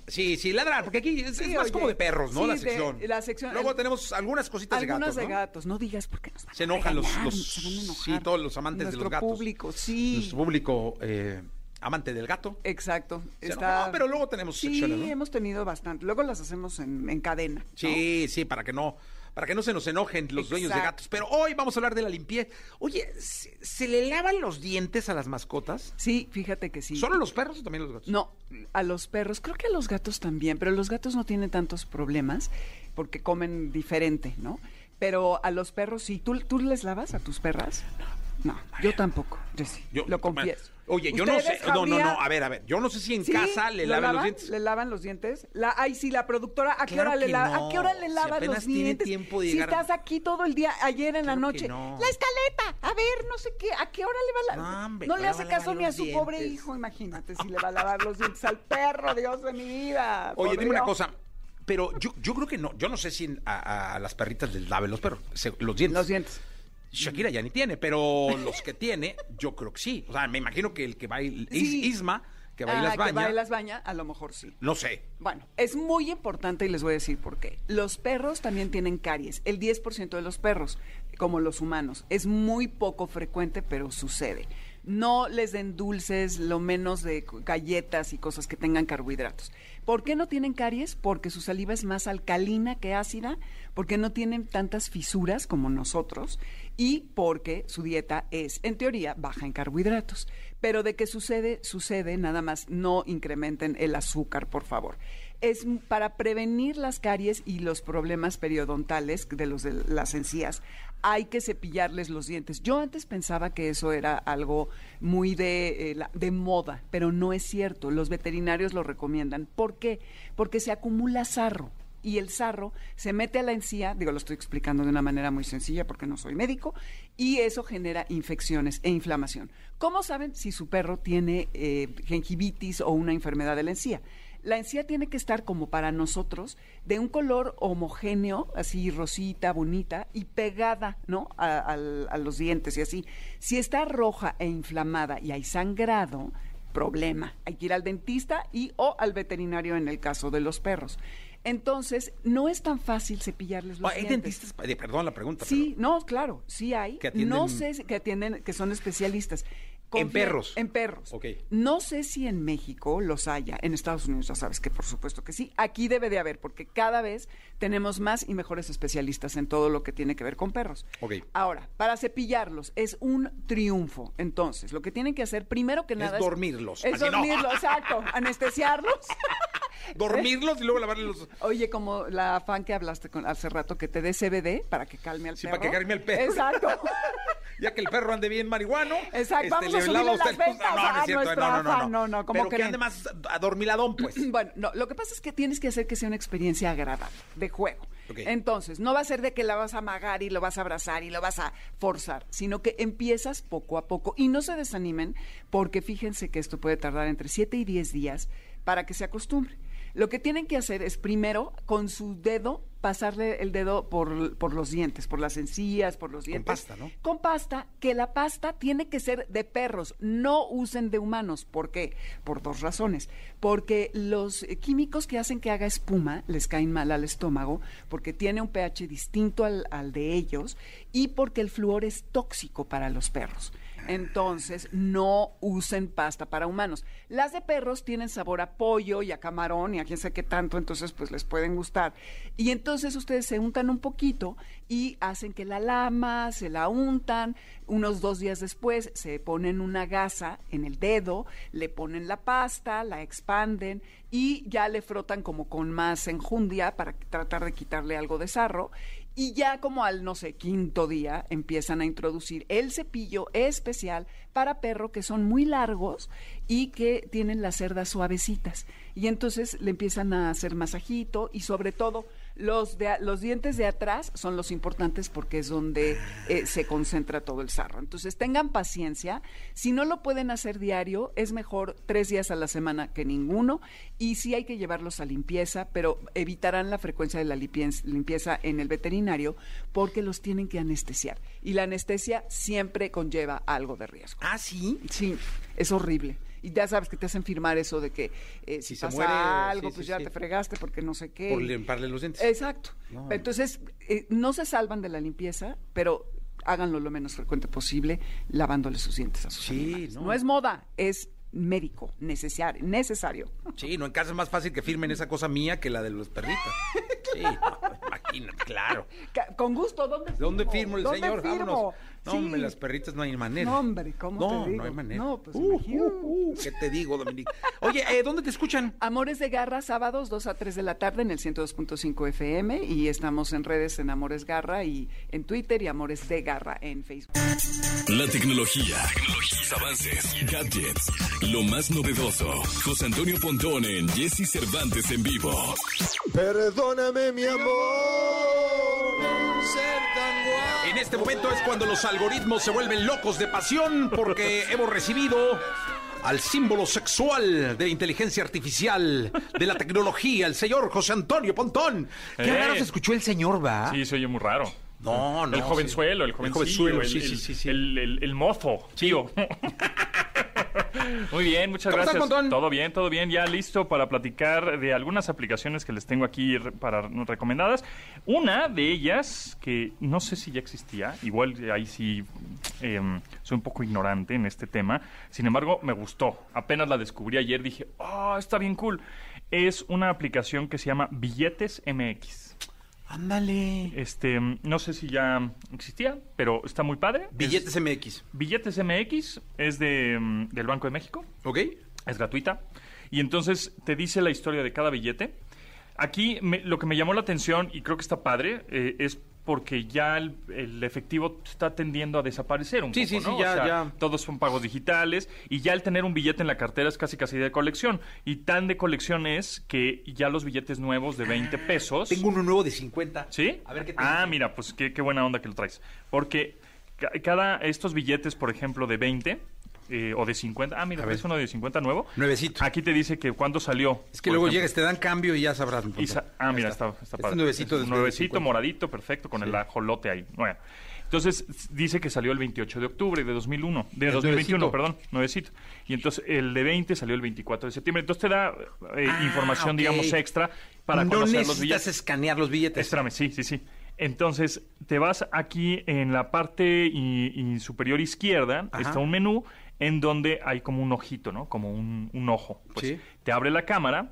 Speaker 2: Sí, sí, ladrar, porque aquí es, es
Speaker 10: Sí,
Speaker 2: más
Speaker 10: oye.
Speaker 2: como de perros, ¿no?
Speaker 10: Sí,
Speaker 2: la
Speaker 10: de-
Speaker 2: sección.
Speaker 10: la sección-
Speaker 2: Luego
Speaker 10: el-
Speaker 2: tenemos algunas cositas de gatos.
Speaker 10: Algunas de
Speaker 2: ¿no?
Speaker 10: gatos, no digas porque nos van
Speaker 2: Se
Speaker 10: a
Speaker 2: enojan los-
Speaker 10: regañar,
Speaker 2: los-
Speaker 10: se van a enojar.
Speaker 2: sí, todos los amantes de los
Speaker 10: Nuestro
Speaker 2: gatos.
Speaker 10: público, sí.
Speaker 2: Nuestro público eh, amante del gato.
Speaker 10: Exacto.
Speaker 2: Se
Speaker 10: está-
Speaker 2: enoja, pero luego tenemos
Speaker 10: Sí,
Speaker 2: secciones, ¿no?
Speaker 10: hemos tenido bastante. Luego las hacemos en, en cadena. ¿no?
Speaker 2: Sí, sí, para que no, para que no se nos enojen los dueños de
Speaker 10: Exacto.
Speaker 2: gatos. Pero hoy vamos a hablar de la limpieza. Oye, ¿se, se le lavan los dientes a las mascotas?
Speaker 10: Sí, fíjate que sí.
Speaker 2: ¿Solo los perros o también los gatos?
Speaker 10: No, a los perros, creo que a los gatos también, pero los gatos no tienen tantos problemas porque comen diferente, ¿no? Pero a los perros sí. ¿Tú, tú les lavas a tus perras? No, yo tampoco, Jessy.
Speaker 2: Yo-
Speaker 10: Lo confieso.
Speaker 2: Oye, yo no sé.
Speaker 10: ¿Ustedes,
Speaker 2: No, no, no.
Speaker 10: Jauría?
Speaker 2: A ver, a ver. Yo no sé si en
Speaker 10: Sí,
Speaker 2: casa le
Speaker 10: ¿lo
Speaker 2: lavan los dientes.
Speaker 10: ¿Le lavan los dientes? La, ay, sí, la productora, ¿a qué
Speaker 2: Claro
Speaker 10: hora le
Speaker 2: que
Speaker 10: lava,
Speaker 2: no,
Speaker 10: ¿a qué hora le
Speaker 2: si
Speaker 10: lava
Speaker 2: apenas
Speaker 10: los
Speaker 2: tiene
Speaker 10: dientes?
Speaker 2: tiempo de
Speaker 10: si
Speaker 2: llegar-
Speaker 10: estás aquí todo el día, ayer en la
Speaker 2: Claro que
Speaker 10: noche.
Speaker 2: no.
Speaker 10: La escaleta, a ver, no sé qué, ¿a qué hora le va a lavar?
Speaker 2: No, hombre,
Speaker 10: le
Speaker 2: ¿cómo
Speaker 10: hace
Speaker 2: le va a
Speaker 10: caso
Speaker 2: lavar
Speaker 10: ni a
Speaker 2: los
Speaker 10: su pobre
Speaker 2: dientes?
Speaker 10: hijo, imagínate, si le va a lavar los dientes al perro, Dios de mi vida.
Speaker 2: Oye,
Speaker 10: por
Speaker 2: dime una
Speaker 10: Dios.
Speaker 2: cosa. Pero yo, yo creo que no. Yo no sé si en- a, a las perritas les laven los perros. se- los dientes.
Speaker 10: Los dientes.
Speaker 2: Shakira ya ni tiene, pero los que tiene, yo creo que sí. O sea, me imagino que el que va y- Is-
Speaker 10: Sí.
Speaker 2: Isma, que va y las
Speaker 10: Ah, Que
Speaker 2: baña.
Speaker 10: bailas baña, a lo mejor sí.
Speaker 2: No sé.
Speaker 10: Bueno, es muy importante y les voy a decir por qué. Los perros también tienen caries, el 10% de los perros, como los humanos. Es muy poco frecuente, pero sucede. No les den dulces, lo menos de cu- galletas y cosas que tengan carbohidratos. ¿Por qué no tienen caries? Porque su saliva es más alcalina que ácida, porque no tienen tantas fisuras como nosotros y porque su dieta es, en teoría, baja en carbohidratos. Pero de qué sucede, sucede, nada más no incrementen el azúcar, por favor. Es m- para prevenir las caries y los problemas periodontales de los de las encías, hay que cepillarles los dientes. Yo antes pensaba que eso era algo muy de, eh, la- de moda, pero no es cierto. Los veterinarios lo recomiendan. ¿Por qué? Porque se acumula sarro y el sarro se mete a la encía, digo, lo estoy explicando de una manera muy sencilla porque no soy médico, y eso genera infecciones e inflamación. ¿Cómo saben si su perro tiene eh, gingivitis o una enfermedad de la encía? La encía tiene que estar como para nosotros, de un color homogéneo, así rosita, bonita, y pegada, ¿no? A, al- a los dientes y así. Si está roja e inflamada y hay sangrado, problema. Hay que ir al dentista y o al veterinario en el caso de los perros. Entonces, no es tan fácil cepillarles los
Speaker 2: Hay
Speaker 10: dientes.
Speaker 2: dentistas, eh, perdón la pregunta.
Speaker 10: Sí, no, claro, sí hay.
Speaker 2: Que atienden-
Speaker 10: No sé si- que atienden, que son especialistas.
Speaker 2: En perros.
Speaker 10: En perros.
Speaker 2: Ok.
Speaker 10: No sé si en México los haya. En Estados Unidos ya sabes que por supuesto que sí. Aquí debe de haber, porque cada vez tenemos más y mejores especialistas en todo lo que tiene que ver con perros.
Speaker 2: Ok.
Speaker 10: Ahora, para cepillarlos es un triunfo. Entonces, lo que tienen que hacer primero que
Speaker 2: Es
Speaker 10: nada
Speaker 2: dormirlos.
Speaker 10: Es
Speaker 2: Así no.
Speaker 10: dormirlos, exacto. Anestesiarlos.
Speaker 6: dormirlos y luego lavarles los...
Speaker 10: Oye, como la fan que hablaste con hace rato que te dé CBD para que calme al
Speaker 6: Sí,
Speaker 10: perro.
Speaker 6: para que calme al perro.
Speaker 10: Exacto.
Speaker 6: Ya que el perro ande bien marihuano.
Speaker 2: este,
Speaker 10: Exacto, vamos a
Speaker 6: Este, le
Speaker 10: subirle
Speaker 6: lava
Speaker 10: las
Speaker 6: usted- No,
Speaker 10: ventas
Speaker 6: no
Speaker 10: a
Speaker 6: es cierto,
Speaker 10: nuestra
Speaker 6: no, no, no.
Speaker 10: fan, no, no, ¿cómo
Speaker 6: Pero que
Speaker 10: creen?
Speaker 6: ande más adormiladón, pues.
Speaker 10: Bueno, no, lo que pasa es que tienes que hacer que sea una experiencia agradable de juego.
Speaker 6: Ok.
Speaker 10: Entonces, no va a ser de que la vas a amagar y lo vas a abrazar y lo vas a forzar, sino que empiezas poco a poco y no se desanimen porque fíjense que esto puede tardar entre 7 y 10 días para que se acostumbre. Lo que tienen que hacer es primero con su dedo pasarle el dedo por, por los dientes, por las encías, por los dientes.
Speaker 6: pasta, ¿no?
Speaker 10: Con pasta, que la pasta tiene que ser de perros, no usen de humanos. ¿Por qué? Por dos razones. Porque los eh, químicos que hacen que haga espuma les caen mal al estómago, porque tiene un pH distinto al, al de ellos y porque el flúor es tóxico para los perros. Entonces, no usen pasta para humanos. Las de perros tienen sabor a pollo y a camarón y a quién sabe qué tanto, entonces pues les pueden gustar. Y entonces ustedes se untan un poquito y hacen que la lama, se la untan, unos dos días después se ponen una gasa en el dedo, le ponen la pasta, la expanden y ya le frotan como con más enjundia para tratar de quitarle algo de sarro. Y ya como al, no sé, quinto día empiezan a introducir el cepillo especial para perro que son muy largos y que tienen las cerdas suavecitas. Y entonces le empiezan a hacer masajito y sobre todo los, de, a- los dientes de atrás son los importantes porque es donde eh, se concentra todo el sarro. Entonces tengan paciencia. Si no lo pueden hacer diario, es mejor tres días a la semana que ninguno. Y sí hay que llevarlos a limpieza, pero evitarán la frecuencia de la lipienz- limpieza en el veterinario porque los tienen que anestesiar. Y la anestesia siempre conlleva algo de riesgo.
Speaker 2: Ah, sí.
Speaker 10: Sí, es horrible. Y ya sabes que te hacen firmar eso de que eh,
Speaker 6: Si
Speaker 10: si,
Speaker 6: se
Speaker 10: pasa
Speaker 6: muere,
Speaker 10: algo,
Speaker 6: sí,
Speaker 10: pues
Speaker 6: sí,
Speaker 10: ya
Speaker 6: sí.
Speaker 10: te fregaste porque no sé qué.
Speaker 6: Por
Speaker 10: Y-
Speaker 6: limparle los dientes.
Speaker 10: Exacto. Entonces, eh, no se salvan de la limpieza, pero háganlo lo menos frecuente posible lavándole sus dientes a sus
Speaker 6: Sí,
Speaker 10: animales.
Speaker 6: no.
Speaker 10: No. es moda, es médico, necesar- necesario.
Speaker 6: Sí, no, en casa es más fácil que firmen esa cosa mía que la de los perritos. Sí, no, imagínate, claro.
Speaker 10: Ca- Con gusto, ¿dónde
Speaker 6: ¿De
Speaker 10: firmo?
Speaker 6: ¿Dónde firmo el
Speaker 10: ¿Dónde
Speaker 6: señor?
Speaker 10: firmo?
Speaker 6: Vámonos. No,
Speaker 10: Sí.
Speaker 6: hombre, las perritas no hay manera.
Speaker 10: No, hombre, ¿cómo te
Speaker 6: No,
Speaker 10: digo?
Speaker 6: no hay manera.
Speaker 10: No, pues,
Speaker 6: Uh,
Speaker 10: imagínate.
Speaker 6: uh, uh, ¿Qué te digo, Dominique? Oye, eh, ¿dónde te escuchan?
Speaker 10: Amores de Garra, sábados 2 a 3 de la tarde en el 102.5 FM y estamos en redes en Amores Garra y en Twitter y Amores de Garra en Facebook.
Speaker 1: La tecnología, tecnologías, avances, gadgets, lo más novedoso. José Antonio Pontón en Jesse Cervantes en vivo.
Speaker 11: Perdóname, mi amor.
Speaker 6: En este momento es cuando los algoritmos se vuelven locos de pasión porque hemos recibido al símbolo sexual de la inteligencia artificial, de la tecnología, el señor José Antonio Pontón. Qué
Speaker 12: Eh.
Speaker 6: raro se escuchó el señor, ¿va?
Speaker 12: Sí, se oye muy raro.
Speaker 6: No, no.
Speaker 12: el jovenzuelo, el jovencillo,
Speaker 6: jovenzuelo,
Speaker 12: el,
Speaker 6: sí,
Speaker 12: el-
Speaker 6: sí, sí, sí.
Speaker 12: el- el- el mozo, tío. Muy bien, muchas
Speaker 6: ¿Cómo estás,
Speaker 12: gracias.
Speaker 6: Pontón?
Speaker 12: todo bien, todo bien. Ya listo para platicar de algunas aplicaciones que les tengo aquí re- para recomendadas. Una de ellas que no sé si ya existía, igual eh, ahí sí eh, soy un poco ignorante en este tema. Sin embargo, me gustó. Apenas la descubrí ayer, dije, oh, está bien cool. Es una aplicación que se llama Billetes MX.
Speaker 6: Ándale.
Speaker 12: Este, mm, no sé si ya existía, pero está muy padre.
Speaker 6: Billetes
Speaker 12: Es-
Speaker 6: MX.
Speaker 12: Billetes MX es de, mm, del Banco de México,
Speaker 6: ¿Ok?
Speaker 12: es gratuita. Y entonces te dice la historia de cada billete. Aquí me- lo que me llamó la atención, y creo que está padre, eh, es porque ya el, el efectivo está tendiendo a desaparecer un
Speaker 6: Sí,
Speaker 12: poco,
Speaker 6: sí, sí,
Speaker 12: ¿no? O
Speaker 6: ya-
Speaker 12: sea,
Speaker 6: ya.
Speaker 12: todos son pagos digitales y ya el tener un billete en la cartera es casi casi de colección. Y tan de colección es que ya los billetes nuevos de 20 pesos...
Speaker 6: Ah, Tengo uno nuevo de 50.
Speaker 12: ¿Sí?
Speaker 6: A ver qué tal.
Speaker 12: Ah, mira, pues qué, qué buena onda que lo traes. Porque ca- cada estos billetes, por ejemplo, de 20 eh, o de 50. Ah, mira, es uno de 50 nuevo.
Speaker 6: Nuevecito.
Speaker 12: Aquí te dice que cuándo salió.
Speaker 6: Es que
Speaker 12: por
Speaker 6: luego
Speaker 12: ejemplo.
Speaker 6: llegas, te dan cambio y ya sabrás.
Speaker 12: Y sa- ah, mira, está, está
Speaker 6: Este
Speaker 12: padre.
Speaker 6: nuevecito
Speaker 12: Es
Speaker 6: de
Speaker 12: nuevecito,
Speaker 6: 50.
Speaker 12: moradito, perfecto, con el ajolote ahí. Bueno. Entonces, s- dice que salió el 28 de octubre de 2001, de 2021,
Speaker 6: nuevecito.
Speaker 12: perdón, nuevecito. Y entonces el de 20 salió el 24 de septiembre. Entonces te da eh,
Speaker 6: Ah,
Speaker 12: información,
Speaker 6: ok.
Speaker 12: digamos, extra para
Speaker 6: no
Speaker 12: conocer los
Speaker 6: necesitas
Speaker 12: billetes.
Speaker 6: escanear los billetes.
Speaker 12: Espérame, sí, sí, sí. Entonces, te vas aquí en la parte i- i- superior izquierda,
Speaker 6: Ajá.
Speaker 12: está un menú en donde hay como un ojito, ¿no? Como un, un ojo. Pues
Speaker 6: Sí.
Speaker 12: te abre la cámara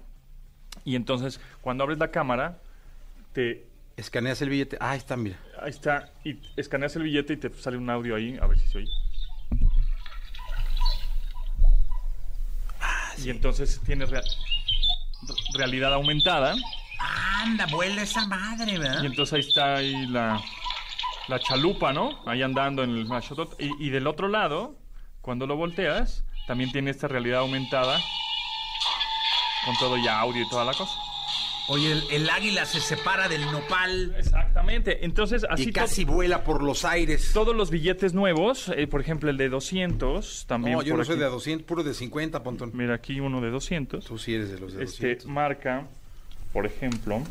Speaker 12: y entonces cuando abres la cámara, te...
Speaker 6: Escaneas el billete. Ah, ahí está, mira.
Speaker 12: Ahí está, y escaneas el billete y te sale un audio ahí, a ver si se oye.
Speaker 6: Ah,
Speaker 12: Y entonces tienes real- realidad aumentada.
Speaker 2: Anda, vuela esa madre, ¿verdad?
Speaker 12: Y entonces ahí está ahí la, la chalupa, ¿no? Ahí andando en el Machotot. Y, y del otro lado, cuando lo volteas, también tiene esta realidad aumentada. Con todo ya audio y toda la cosa.
Speaker 2: Oye, el, el águila se separa del nopal
Speaker 12: Exactamente. Entonces, así
Speaker 2: y
Speaker 12: to-
Speaker 2: casi vuela por los aires.
Speaker 12: todos los billetes nuevos, eh, por ejemplo el de 200, también
Speaker 13: No, yo
Speaker 12: por
Speaker 13: no soy
Speaker 12: aquí.
Speaker 13: de 200, puro de 50, Pontón.
Speaker 12: Mira aquí uno de 200.
Speaker 13: Tú sí eres de los de
Speaker 12: Este
Speaker 13: 200.
Speaker 12: marca, por ejemplo,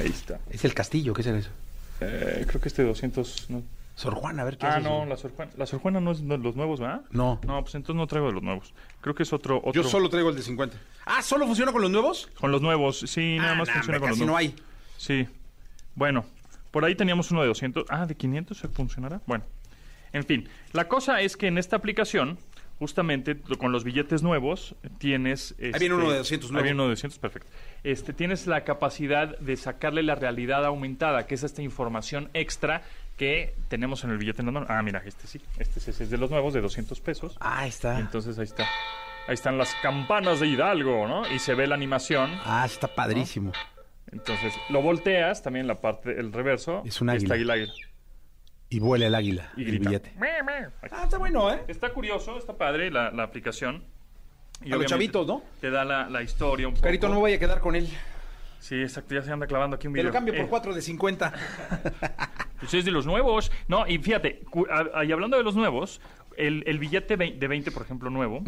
Speaker 12: ahí está.
Speaker 9: Es el castillo, ¿qué será eso?
Speaker 12: Eh, creo que este 200 no.
Speaker 9: Sor Juana, a ver qué
Speaker 12: Ah,
Speaker 9: hace eso.
Speaker 12: no, la Sor Juana, la Sor Juana no es de los nuevos, ¿verdad?
Speaker 9: No.
Speaker 12: No, pues entonces no traigo de los nuevos. Creo que es otro otro
Speaker 13: Yo solo traigo el de 50.
Speaker 9: Ah, ¿solo funciona con los nuevos?
Speaker 12: con los nuevos. Sí, nada
Speaker 9: Ah,
Speaker 12: más
Speaker 9: nah,
Speaker 12: funciona
Speaker 9: hombre,
Speaker 12: con los
Speaker 9: casi
Speaker 12: nuevos.
Speaker 9: no hay.
Speaker 12: Sí. Bueno, por ahí teníamos uno de 200. Ah, de 500 se funcionará. Bueno, en fin. La cosa es que en esta aplicación, justamente lo- con los billetes nuevos, tienes. este,
Speaker 13: viene uno de 200 nuevo.
Speaker 12: Ahí viene uno de 200, perfecto. Este, tienes la capacidad de sacarle la realidad aumentada, que es esta información extra que tenemos en el billete normal. Ah, mira, este sí. Este sí, ese es de los nuevos, de 200 pesos.
Speaker 9: Ah, ahí
Speaker 12: Y
Speaker 9: está.
Speaker 12: entonces ahí está. Ahí están las campanas de Hidalgo, ¿no? Y se ve la animación.
Speaker 9: Ah, está padrísimo.
Speaker 12: Entonces, lo volteas también la parte, el reverso.
Speaker 9: Es un
Speaker 12: y
Speaker 9: águila.
Speaker 12: Está ahí el águila.
Speaker 9: Y vuela el águila,
Speaker 12: Y
Speaker 9: el
Speaker 12: grita.
Speaker 9: billete.
Speaker 12: "Meh, meh". Ahí
Speaker 9: Ah, está bueno, ¿eh?
Speaker 12: Está curioso, está padre la, la aplicación. Y
Speaker 9: A los
Speaker 12: obviamente
Speaker 9: chavitos, ¿no?
Speaker 12: Te da la, la historia un poco.
Speaker 9: Carito, no vaya a quedar con él.
Speaker 12: Sí, exacto, ya se anda clavando aquí un
Speaker 9: Te
Speaker 12: video.
Speaker 9: lo cambio por
Speaker 12: Eh,
Speaker 9: cuatro de 50.
Speaker 12: Pues es de los nuevos. No, y fíjate, cu- a- y hablando de los nuevos, el, el billete vei- de 20, por ejemplo, nuevo,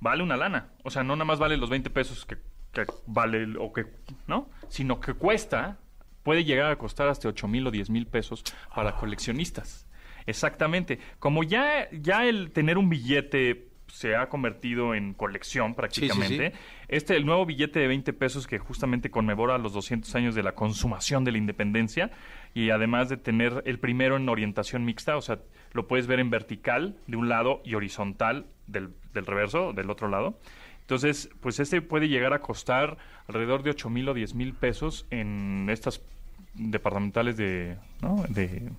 Speaker 12: vale una lana. O sea, no nada más vale los 20 pesos que, que vale el- o que, ¿no? Sino que cuesta, puede llegar a costar hasta 8 mil o 10 mil pesos para coleccionistas. Exactamente. Como ya, ya el tener un billete se ha convertido en colección prácticamente. Este, el nuevo billete de 20 pesos que justamente conmemora los 200 años de la consumación de la independencia y además de tener el primero en orientación mixta, o sea, lo puedes ver en vertical de un lado y horizontal del, del reverso, del otro lado. Entonces, pues este puede llegar a costar alrededor de 8 mil o 10 mil pesos en estas departamentales de, ¿no? de,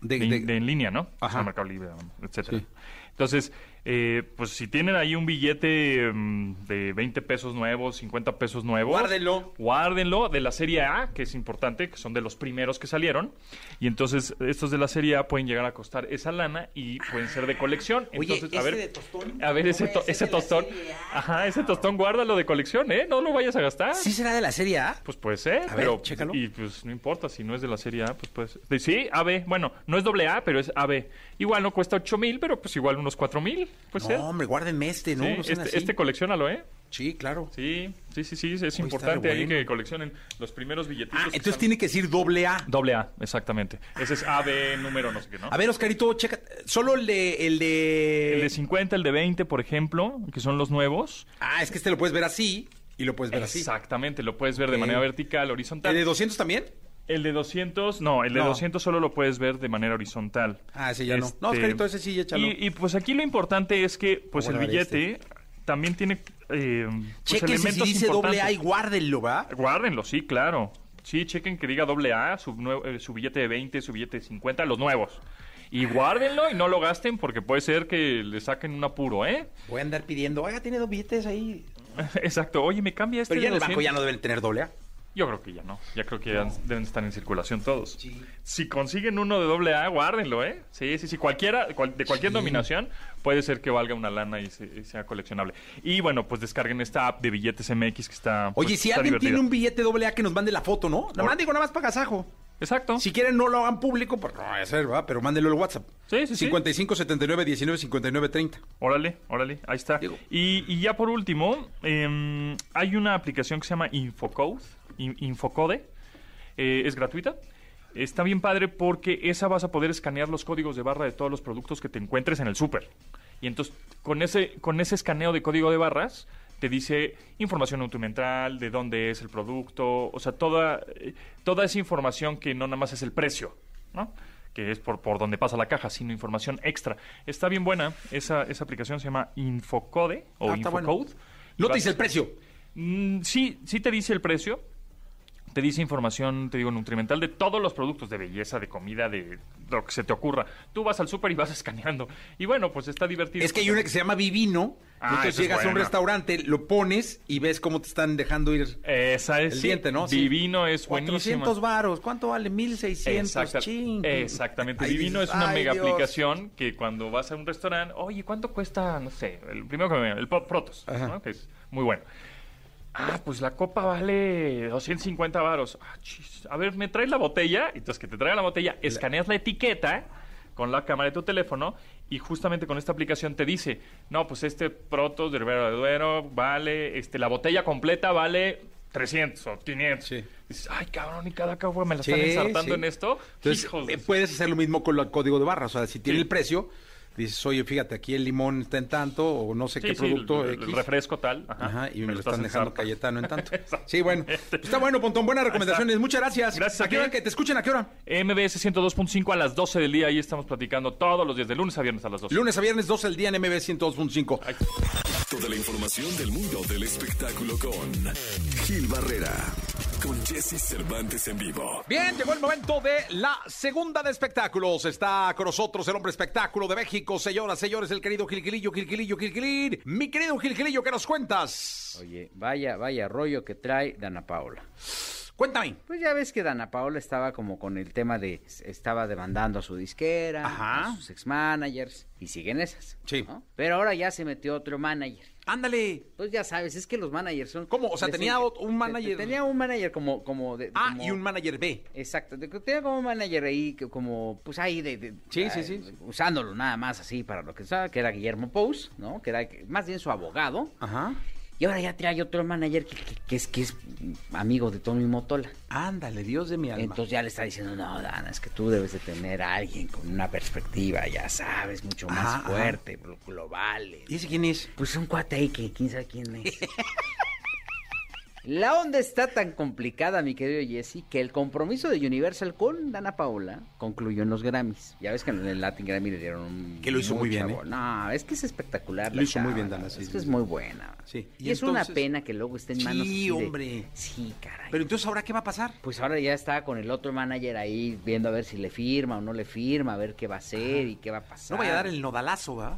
Speaker 13: De-
Speaker 12: de-
Speaker 13: de-
Speaker 12: de en línea, ¿no?
Speaker 13: Ajá.
Speaker 12: O sea, Mercado Libre, etcétera. Entonces, eh, pues si tienen ahí un billete mm, de 20 pesos nuevos, 50 pesos nuevos,
Speaker 9: Guárdenlo.
Speaker 12: guárdenlo de la serie A, que es importante, que son de los primeros que salieron, y entonces estos de la serie A pueden llegar a costar esa lana y pueden ser de colección. Entonces, a
Speaker 7: este
Speaker 9: ¿ese
Speaker 12: ver,
Speaker 9: de tostón?
Speaker 12: a ver ese, to- ese tostón, ajá, ese tostón guárdalo de colección, ¿eh? No lo vayas a gastar.
Speaker 9: ¿Sí será de la serie A?
Speaker 12: Pues puede ser,
Speaker 9: A ver,
Speaker 12: pero
Speaker 9: chécalo.
Speaker 12: y pues no importa si no es de la serie A, pues puede ser. De- Sí, AB, bueno, no es doble A, pero es AB. Igual no cuesta 8 mil, pero pues igual unos 4 mil, pues ser.
Speaker 9: No, hombre, guárdenme este, ¿no?
Speaker 12: Sí,
Speaker 9: No sean así.
Speaker 12: este, este colecciónalo, ¿eh?
Speaker 9: Sí, claro.
Speaker 12: Sí, sí, sí, sí, es
Speaker 9: está
Speaker 12: importante ahí
Speaker 9: bueno.
Speaker 12: que coleccionen los primeros billetitos.
Speaker 9: Ah,
Speaker 12: que
Speaker 9: entonces
Speaker 12: salen.
Speaker 9: tiene que decir doble A.
Speaker 12: Doble A, exactamente. Ese es AB número no sé qué, ¿no?
Speaker 9: A ver, Oscarito, checa. Solo el de, el de.
Speaker 12: El de 50, el de 20, por ejemplo, que son los nuevos.
Speaker 9: Ah, es que este lo puedes ver así y lo puedes ver así.
Speaker 12: Exactamente, lo puedes ver de
Speaker 9: Ok.
Speaker 12: manera vertical, horizontal.
Speaker 9: ¿El de 200 también?
Speaker 12: El de 200, no, el de
Speaker 9: No.
Speaker 12: 200 solo lo puedes ver de manera horizontal.
Speaker 9: Ah, ese ya no. No, Oscarito, ese sí, échalo.
Speaker 12: Este, Y, y, pues aquí lo importante es que pues el
Speaker 9: Voy a este. ver
Speaker 12: billete también tiene eh, pues,
Speaker 9: Chequen si
Speaker 12: elementos
Speaker 9: dice doble A y
Speaker 12: importantes.
Speaker 9: guárdenlo, ¿va?
Speaker 12: Guárdenlo, sí, claro. Sí, chequen que diga doble A, su, nue- eh, su billete de 20, su billete de 50, los nuevos. Y guárdenlo y no lo gasten porque puede ser que le saquen un apuro, ¿eh?
Speaker 9: Voy a andar pidiendo. Oiga, tiene dos billetes ahí.
Speaker 12: Exacto. Oye, me cambia este
Speaker 9: Pero ya en
Speaker 12: de
Speaker 9: el banco
Speaker 12: 200.
Speaker 9: ya no deben tener doble A.
Speaker 12: Yo creo que ya no. Ya creo que ya deben estar en circulación todos. Si consiguen uno de doble A, guárdenlo, ¿eh? Sí, sí, sí. Cualquiera, cual- de cualquier nominación, puede ser que valga una lana y, se- y sea coleccionable. Y bueno, pues descarguen esta app de billetes MX que está. pues,
Speaker 9: Oye, si
Speaker 12: está
Speaker 9: alguien
Speaker 12: divertida.
Speaker 9: tiene un billete doble A que nos mande la foto, ¿no? Nada más digo, nada más para casajo.
Speaker 12: Exacto.
Speaker 9: Si quieren, no lo hagan público, pues no va a ser, ¿va? Pero mándenlo al WhatsApp.
Speaker 12: Sí, sí, sí.
Speaker 13: 55, 79, 19, 59, 30.
Speaker 12: Órale, órale, ahí está.
Speaker 9: Digo-
Speaker 12: Y, y ya por último, em, hay una aplicación que se llama Infocode. In- Infocode. eh, es gratuita. Está bien padre porque esa vas a poder escanear los códigos de barra de todos los productos que te encuentres en el súper. Y entonces, con ese, con ese escaneo de código de barras, te dice información nutrimental, de dónde es el producto, o sea, toda, eh, toda esa información que no nada más es el precio, ¿no? que es por, por donde pasa la caja, sino información extra. Está bien buena, esa, esa aplicación se llama Infocode o
Speaker 9: Ah, está
Speaker 12: Infocode.
Speaker 9: bueno. No te dice el precio.
Speaker 12: Mm, sí, sí te dice el precio, Te dice información, te digo, nutrimental de todos los productos de belleza, de comida, de lo que se te ocurra. Tú vas al súper y vas escaneando. Y bueno, pues está divertido.
Speaker 14: Es que hay una que se llama Vivino.
Speaker 12: Ah,
Speaker 14: entonces
Speaker 12: esa es
Speaker 14: llegas a un
Speaker 12: buena.
Speaker 14: restaurante, lo pones y ves cómo te están dejando ir.
Speaker 12: Esa es.
Speaker 14: El
Speaker 12: sí,
Speaker 14: diente, ¿no? Sí.
Speaker 12: Divino es buenísimo.
Speaker 2: 400 varos, ¿cuánto vale? 1600,
Speaker 12: Exacta-
Speaker 2: ching.
Speaker 12: Exactamente.
Speaker 14: Ay,
Speaker 12: Divino es
Speaker 14: Dios.
Speaker 12: una
Speaker 14: Ay,
Speaker 12: mega
Speaker 14: Dios.
Speaker 12: aplicación que cuando vas a un restaurante, oye, ¿cuánto cuesta, no sé, el primero que me viene, el Pro- Protos, ¿no? que es muy bueno. Ah, pues la copa vale 250 varos. Ah, chis. A ver, me traes la botella, entonces que te traiga la botella, escaneas la etiqueta con la cámara de tu teléfono y justamente con esta aplicación te dice, no, pues este Protos de Rivera de Duero vale, este, la botella completa vale 300 o 500.
Speaker 13: Sí.
Speaker 12: Dices, ay, cabrón, y cada cabrón me la están
Speaker 14: Sí,
Speaker 12: ensartando
Speaker 14: sí.
Speaker 12: en esto.
Speaker 13: Entonces,
Speaker 12: Hijos de
Speaker 14: eh,
Speaker 12: su-
Speaker 14: puedes hacer lo mismo con el código de barra. O sea, si tiene
Speaker 12: Sí.
Speaker 14: el precio, dices, oye, fíjate, aquí el limón está en tanto, o no sé
Speaker 12: Sí,
Speaker 14: qué
Speaker 12: sí,
Speaker 14: producto.
Speaker 12: el- el,
Speaker 14: X.
Speaker 12: refresco tal. Ajá,
Speaker 14: Ajá, y me, lo
Speaker 12: estás
Speaker 14: están dejando
Speaker 12: ensartando.
Speaker 14: Cayetano en tanto.
Speaker 12: Exacto.
Speaker 14: sí, bueno. Pues está bueno, Pontón. Buenas recomendaciones. Muchas gracias.
Speaker 12: Gracias a
Speaker 14: ¿A qué hora
Speaker 12: ti.
Speaker 14: que te escuchen? ¿A qué hora?
Speaker 12: MBS 102.5 a las 12 del día. Ahí estamos platicando todos los días, de lunes a viernes a las 12.
Speaker 14: Lunes a viernes, 12 del día en MB 102.5.
Speaker 1: Toda la información del mundo del espectáculo con Gil Barrera. Con Jesse Cervantes en vivo.
Speaker 6: Bien, llegó el momento de la segunda de espectáculos. Está con nosotros el hombre espectáculo de México, señoras, señores, el querido Gilquilillo, Gilquilillo, Gilquilín. Mi querido Gilquilillo, ¿qué nos cuentas?
Speaker 4: Oye, vaya, vaya rollo que trae Dana Paola.
Speaker 6: Cuéntame.
Speaker 4: Pues ya ves que Dana Paola estaba como con el tema de. Estaba demandando a su disquera,
Speaker 6: Ajá.
Speaker 4: a sus ex-managers, y siguen esas.
Speaker 6: Sí.
Speaker 4: ¿no? Pero ahora ya se metió otro manager.
Speaker 2: Ándale.
Speaker 4: Pues ya sabes, es que los managers son.
Speaker 6: ¿Cómo? O sea,
Speaker 4: les
Speaker 6: tenía
Speaker 4: enca-
Speaker 6: ot- un manager.
Speaker 4: Tenía un manager como. como de,
Speaker 6: Ah,
Speaker 4: como-
Speaker 6: y un manager B.
Speaker 4: Exacto, de- tenía como un manager ahí, que como, pues ahí, de, de-
Speaker 6: Sí, sí,
Speaker 4: ah,
Speaker 6: sí,
Speaker 4: usándolo nada más así para lo que sabe, que era Guillermo Pous, ¿no? Que era que- más bien su abogado.
Speaker 6: Ajá.
Speaker 4: Y ahora ya trae otro manager que, que- que es, que es amigo de Tommy Motola.
Speaker 2: Ándale, Dios de mi alma.
Speaker 4: Entonces ya le está diciendo, no, Dana, es que tú debes de tener a alguien con una perspectiva, ya sabes, mucho más
Speaker 2: Ajá, ajá.
Speaker 4: fuerte, glo- global.
Speaker 2: ¿Y ese quién es?
Speaker 4: Pues un cuate ahí que quién sabe quién es. La onda está tan complicada, mi querido Jesse, que el compromiso de Universal con Dana Paola concluyó en los Grammys. Ya ves que en el Latin Grammy le dieron un...
Speaker 14: Que lo hizo muy bien,
Speaker 4: mucha bo-
Speaker 14: ¿eh?
Speaker 4: No, es que es espectacular.
Speaker 14: Lo
Speaker 4: la
Speaker 14: hizo muy
Speaker 4: chava,
Speaker 14: bien, Dana,
Speaker 4: ¿no?
Speaker 14: sí,
Speaker 4: es
Speaker 14: sí,
Speaker 4: que es
Speaker 14: sí.
Speaker 4: muy buena.
Speaker 14: Sí, y
Speaker 4: Y, es una
Speaker 14: entonces-
Speaker 4: pena que luego esté en
Speaker 2: Sí,
Speaker 4: manos... así de-
Speaker 2: hombre.
Speaker 4: Sí, caray.
Speaker 2: Pero entonces, ¿ahora qué va a pasar?
Speaker 4: Pues ahora ya está con el otro manager ahí viendo a ver si le firma o no le firma, a ver qué va a hacer y qué va a pasar.
Speaker 2: No vaya a dar el nodalazo, ¿va?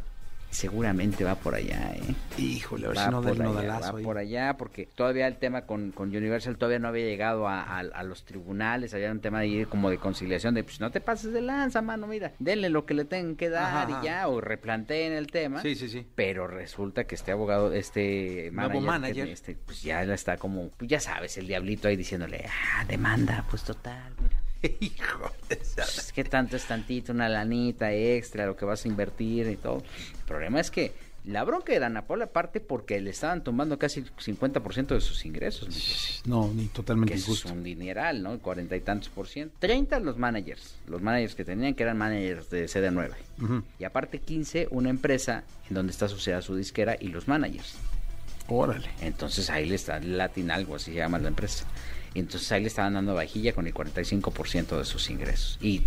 Speaker 4: Seguramente va por allá, ¿eh?
Speaker 2: Híjole, a ver
Speaker 4: Va
Speaker 2: si no da
Speaker 4: por
Speaker 2: el
Speaker 4: allá,
Speaker 2: nodalazo.
Speaker 4: va
Speaker 2: ahí.
Speaker 4: por allá, porque todavía el tema con, con Universal todavía no había llegado a, a- a los tribunales, había un tema ahí como de conciliación, de pues no te pases de lanza, mano, mira, denle lo que le tengan que dar
Speaker 2: Ajá, ajá.
Speaker 4: y ya, o replanteen el tema.
Speaker 14: Sí, sí, sí.
Speaker 4: Pero resulta que este abogado, este
Speaker 2: Nuevo
Speaker 4: manager, que-
Speaker 2: manager.
Speaker 4: este, pues ya la está como, pues ya sabes, el diablito ahí diciéndole, ah, demanda, pues total, mira.
Speaker 2: Hijo de esa-
Speaker 4: Pues, ¿Qué tanto es tantito? Una lanita extra, lo que vas a invertir y todo. El problema es que la bronca de Dana Paola parte porque le estaban tomando casi 50% de sus ingresos. mi Jesse,
Speaker 14: No, ni totalmente
Speaker 4: Que eso es
Speaker 14: injusto.
Speaker 4: un dineral, ¿no? Cuarenta y tantos por ciento. Treinta los managers. Los managers que tenían que eran managers de CD9.
Speaker 14: Ujú.
Speaker 4: Y aparte 15, una empresa en donde está asociada su disquera y los managers.
Speaker 14: Órale.
Speaker 4: Entonces ahí le está Latin algo, así se llama la empresa. Y entonces ahí le estaban dando vajilla con el 45% de sus ingresos. Y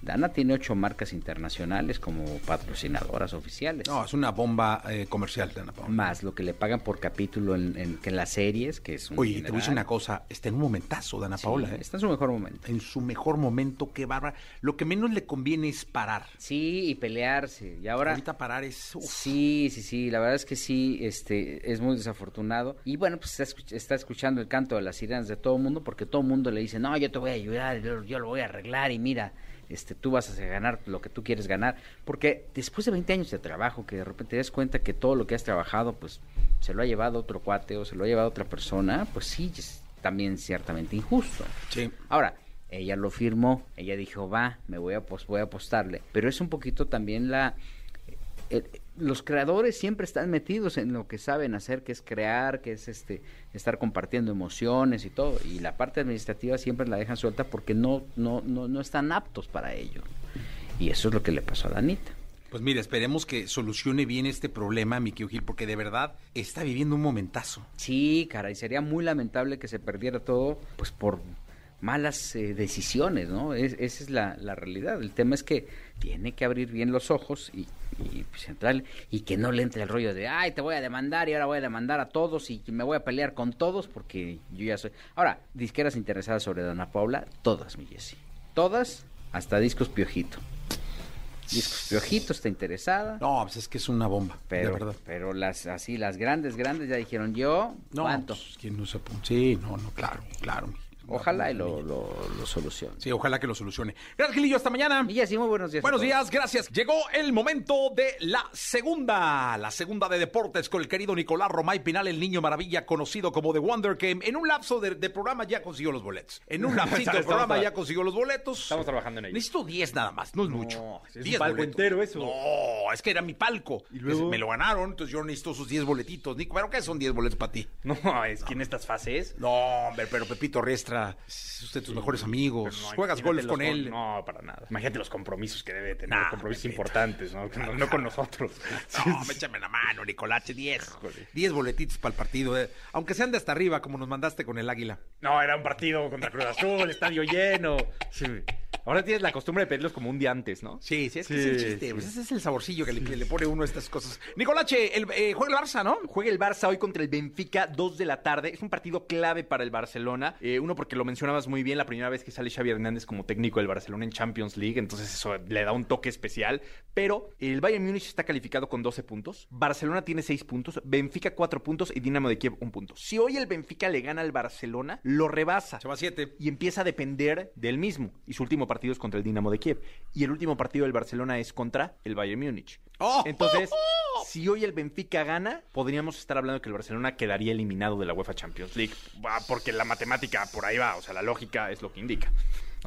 Speaker 4: Dana tiene ocho marcas internacionales como patrocinadoras oficiales.
Speaker 14: No, es una bomba eh, comercial, Dana Paola.
Speaker 4: Más lo que le pagan por capítulo en, en- que en las series, que es un.
Speaker 14: Oye, te voy a decir
Speaker 4: dineral.
Speaker 14: una cosa, está en un momentazo Dana
Speaker 4: Sí,
Speaker 14: Paola, ¿eh?
Speaker 4: Está en su mejor momento.
Speaker 14: en su mejor momento, qué bárbara. Lo que menos le conviene es parar.
Speaker 4: Sí, y pelearse. Y ahora.
Speaker 14: Ahorita parar es... uf.
Speaker 4: Sí, sí, sí, la verdad es que sí, este, es muy desafortunado. Y bueno, pues está, escuch- está escuchando el canto de las sirenas de todo el mundo, porque todo el mundo le dice, no, yo te voy a ayudar, yo, yo lo voy a arreglar y mira, este, tú vas a ganar lo que tú quieres ganar. Porque después de 20 años de trabajo, que de repente te das cuenta que todo lo que has trabajado, pues se lo ha llevado otro cuate o se lo ha llevado otra persona, pues sí, es también ciertamente injusto.
Speaker 14: Sí.
Speaker 4: Ahora, ella lo firmó, ella dijo, va, me voy a, apos- voy a apostarle. Pero es un poquito también la... el- los creadores siempre están metidos en lo que saben hacer, que es crear, que es este estar compartiendo emociones y todo. Y la parte administrativa siempre la dejan suelta porque no, no, no, no están aptos para ello. Y eso es lo que le pasó a Danita.
Speaker 14: Pues mira, esperemos que solucione bien este problema, mi querido Gil, porque de verdad está viviendo un momentazo.
Speaker 4: Sí, caray, sería muy lamentable que se perdiera todo, pues por malas eh, decisiones, ¿no? Es- esa es la, la realidad. El tema es que tiene que abrir bien los ojos y, y, pues, entrarle, y que no le entre el rollo de, ay, te voy a demandar y ahora voy a demandar a todos y me voy a pelear con todos porque yo ya soy... Ahora, disqueras interesadas sobre Dana Paula, todas, mi Jessy. Todas, hasta discos piojito. Discos piojito está interesada.
Speaker 14: No, pues es que es una bomba,
Speaker 4: Pero,
Speaker 14: de verdad.
Speaker 4: pero las así, las grandes, grandes ya dijeron yo,
Speaker 14: No,
Speaker 4: ¿cuánto?
Speaker 14: pues, ¿quién no se apunta? Sí, no, no, claro, claro.
Speaker 4: Ojalá y lo, lo, lo solucione.
Speaker 14: Sí, ojalá que lo solucione.
Speaker 6: Gracias, Gilillo. Hasta mañana.
Speaker 4: Y ya sí, muy buenos días. a
Speaker 6: Buenos
Speaker 4: todos.
Speaker 6: días, gracias. Llegó el momento de la segunda, la segunda de deportes con el querido Nicolás Romay Pinal, el niño maravilla conocido como The Wonder Game. En un lapso de, de programa ya consiguió los boletos. En un lapsito de
Speaker 7: Estamos
Speaker 6: programa
Speaker 7: tra-
Speaker 6: ya consiguió los boletos.
Speaker 7: Estamos trabajando en ello.
Speaker 6: Necesito 10 nada más,
Speaker 7: Pues
Speaker 6: no es mucho.
Speaker 7: es un
Speaker 6: 10
Speaker 7: palco entero eso.
Speaker 6: No, es que era mi palco.
Speaker 7: ¿Y luego?
Speaker 6: Pues me lo ganaron, entonces yo necesito sus 10 boletitos. Nico, ¿pero qué son 10 boletos para ti?
Speaker 7: No, es que en estas fases.
Speaker 6: No, hombre, pero Pepito Restra, es usted de tus mejores amigos.
Speaker 7: pero no,
Speaker 6: Juegas
Speaker 7: imagínate
Speaker 6: golf con
Speaker 7: los
Speaker 6: él.
Speaker 7: No, para nada. Imagínate los compromisos que debe tener.
Speaker 6: Nah,
Speaker 7: compromisos
Speaker 6: Pepito.
Speaker 7: importantes, ¿no? No, no con nosotros.
Speaker 6: No, me échame la
Speaker 14: Ah,
Speaker 6: mano, Nicolache, 10.
Speaker 14: 10 boletitos para el partido, eh. aunque sean de hasta arriba, como nos mandaste con el águila.
Speaker 7: No, era un partido contra Cruz Azul, estadio lleno. Sí. Ahora tienes la costumbre de pedirlos como un día antes, ¿no?
Speaker 14: Sí, sí, es que
Speaker 7: Sí,
Speaker 14: es el chiste,
Speaker 7: sí.
Speaker 14: pues, ese es el saborcillo que le, le pone uno a estas cosas.
Speaker 6: Nicolache, el, eh, juega el Barça, ¿no?
Speaker 7: Juega el Barça hoy contra el Benfica, 2 de la tarde. Es un partido clave para el Barcelona. Eh, uno, porque lo mencionabas muy bien, la primera vez que sale Xavi Hernández como técnico del Barcelona en Champions League, entonces eso le da un toque especial. Pero el Bayern Múnich está calificado con 12 puntos, Barcelona tiene 6 puntos, Benfica 4 puntos y Dinamo de Kiev 1 punto. Si hoy el Benfica le gana al Barcelona, lo rebasa.
Speaker 14: Se va a 7.
Speaker 7: y empieza a depender del mismo. Y su último partido es contra el Dinamo de Kiev. Y el último partido del Barcelona es contra el Bayern Múnich.
Speaker 14: ¡Oh!
Speaker 7: Entonces, si hoy el Benfica gana, podríamos estar hablando que el Barcelona quedaría eliminado de la UEFA Champions League. Va, Porque la matemática por ahí va, o sea, la lógica es lo que indica.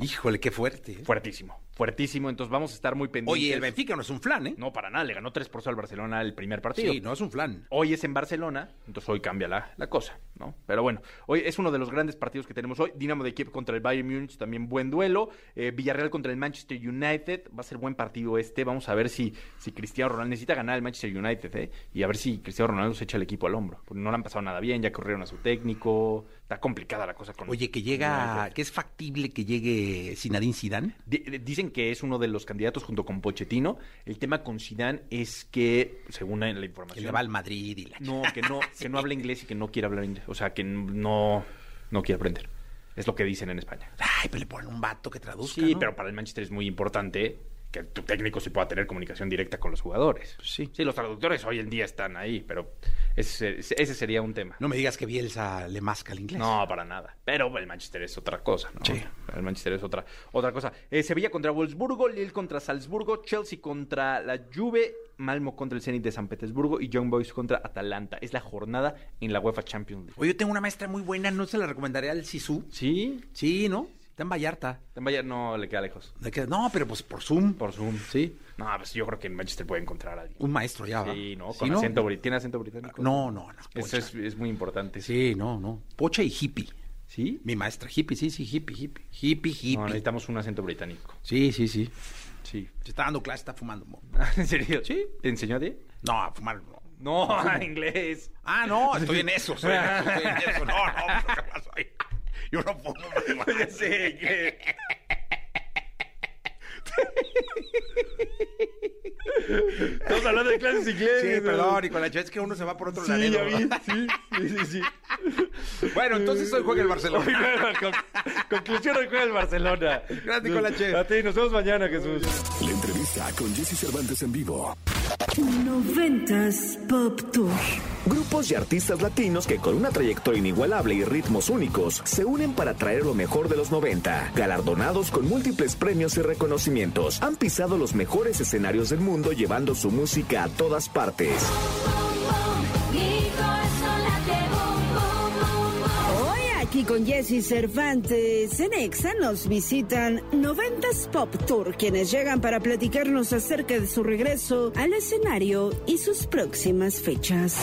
Speaker 14: Híjole, qué fuerte. eh.
Speaker 7: Fuertísimo, fuertísimo. Entonces vamos a estar muy pendientes.
Speaker 14: Oye, el Benfica no es un flan, ¿eh?
Speaker 7: No, para nada, le ganó 3 por 0 al Barcelona el primer partido.
Speaker 14: Sí, no es un flan.
Speaker 7: Hoy es en Barcelona, entonces hoy cambia la, la cosa, ¿no? Pero bueno, hoy es uno de los grandes partidos que tenemos hoy. Dinamo de Kiev contra el Bayern Múnich, también buen duelo. Eh, Villarreal contra el Manchester United, va a ser buen partido este. Vamos a ver si, si Cristiano Ronaldo necesita ganar el Manchester United, ¿eh? Y a ver si Cristiano Ronaldo se echa el equipo al hombro. Porque no le han pasado nada bien, ya corrieron a su técnico. Está complicada la cosa con
Speaker 14: Oye, que
Speaker 7: United.
Speaker 14: llega, que es factible que llegue Sinadín Sidán.
Speaker 7: Di- di- Dicen que es uno de los candidatos junto con Pochettino. El tema con Zidane es que, según la
Speaker 14: Que
Speaker 7: información,
Speaker 14: le va al Madrid y la...
Speaker 7: no, que no, que no habla inglés y que no quiere hablar inglés. O sea, que no, no quiere aprender. Es lo que dicen en España.
Speaker 14: Ay, pero le ponen un vato que traduzca,
Speaker 7: sí,
Speaker 14: ¿no?
Speaker 7: pero para el Manchester es muy importante que tu técnico sí pueda tener comunicación directa con los jugadores.
Speaker 14: Pues sí.
Speaker 7: los traductores hoy en día están ahí, pero ese, ese sería un tema.
Speaker 14: No me digas que Bielsa le masca el inglés.
Speaker 7: No, para nada. Pero el Manchester es otra cosa, ¿no?
Speaker 14: Sí.
Speaker 7: El Manchester es otra, otra cosa. Eh, Sevilla contra Wolfsburgo, Lille contra Salzburgo, Chelsea contra la Juve, Malmo contra el Zenit de San Petersburgo y Young Boys contra Atalanta. Es la jornada en la UEFA Champions League.
Speaker 14: Oye, yo tengo una maestra muy buena, ¿no se la recomendaría al Sisu?
Speaker 7: Sí.
Speaker 14: Sí, ¿no? Está en Vallarta.
Speaker 7: Vaya, no le queda lejos.
Speaker 14: ¿De qué? No, pero pues por Zoom.
Speaker 7: Por Zoom.
Speaker 14: Sí.
Speaker 7: No, pues yo creo que en Manchester puede encontrar a alguien.
Speaker 14: Un maestro ya, ¿va?
Speaker 7: Sí, ¿no? Con
Speaker 14: Sí,
Speaker 7: acento bri- ¿Tiene acento británico?
Speaker 14: No, no, no.
Speaker 7: Eso
Speaker 14: Pocha.
Speaker 7: es, es muy importante.
Speaker 14: Sí, no, no. Pocha y hippie.
Speaker 7: ¿Sí?
Speaker 14: Mi maestra, hippie, sí, sí, hippie, hippie. Hippie, hippie.
Speaker 7: No, necesitamos un acento británico.
Speaker 14: Sí, sí, sí.
Speaker 7: Sí.
Speaker 14: Se está dando clase, está fumando.
Speaker 7: ¿En serio? Sí. ¿Te enseñó a ti?
Speaker 14: No, a fumar. no.
Speaker 7: No, inglés.
Speaker 14: Ah, no, estoy en eso, estoy en eso, estoy en eso. No, no, pero ¿qué pasó ahí? Yo no fumo. marihuana.
Speaker 7: Estamos hablando de clases inglés.
Speaker 14: Sí, perdón, Nicolache, es que uno se va por otro lado.
Speaker 7: Sí, ya vi. Sí, sí, sí. sí.
Speaker 14: Bueno, entonces hoy juega el Barcelona.
Speaker 7: Hoy juega con- conclusión, hoy juega el Barcelona.
Speaker 14: Gracias, Nicolache.
Speaker 7: A ti, nos vemos mañana, Jesús.
Speaker 11: La entrevista con Jesse Cervantes en vivo.
Speaker 15: Noventas Pop Tour.
Speaker 11: Grupos y artistas latinos que con una trayectoria inigualable y ritmos únicos se unen para traer lo mejor de los 90. Galardonados con múltiples premios y reconocimientos, han pisado los mejores escenarios del mundo llevando su música a todas partes.
Speaker 15: Hoy aquí con Jesse Cervantes en Exa nos visitan 90s Pop Tour, quienes llegan para platicarnos acerca de su regreso al escenario y sus próximas fechas.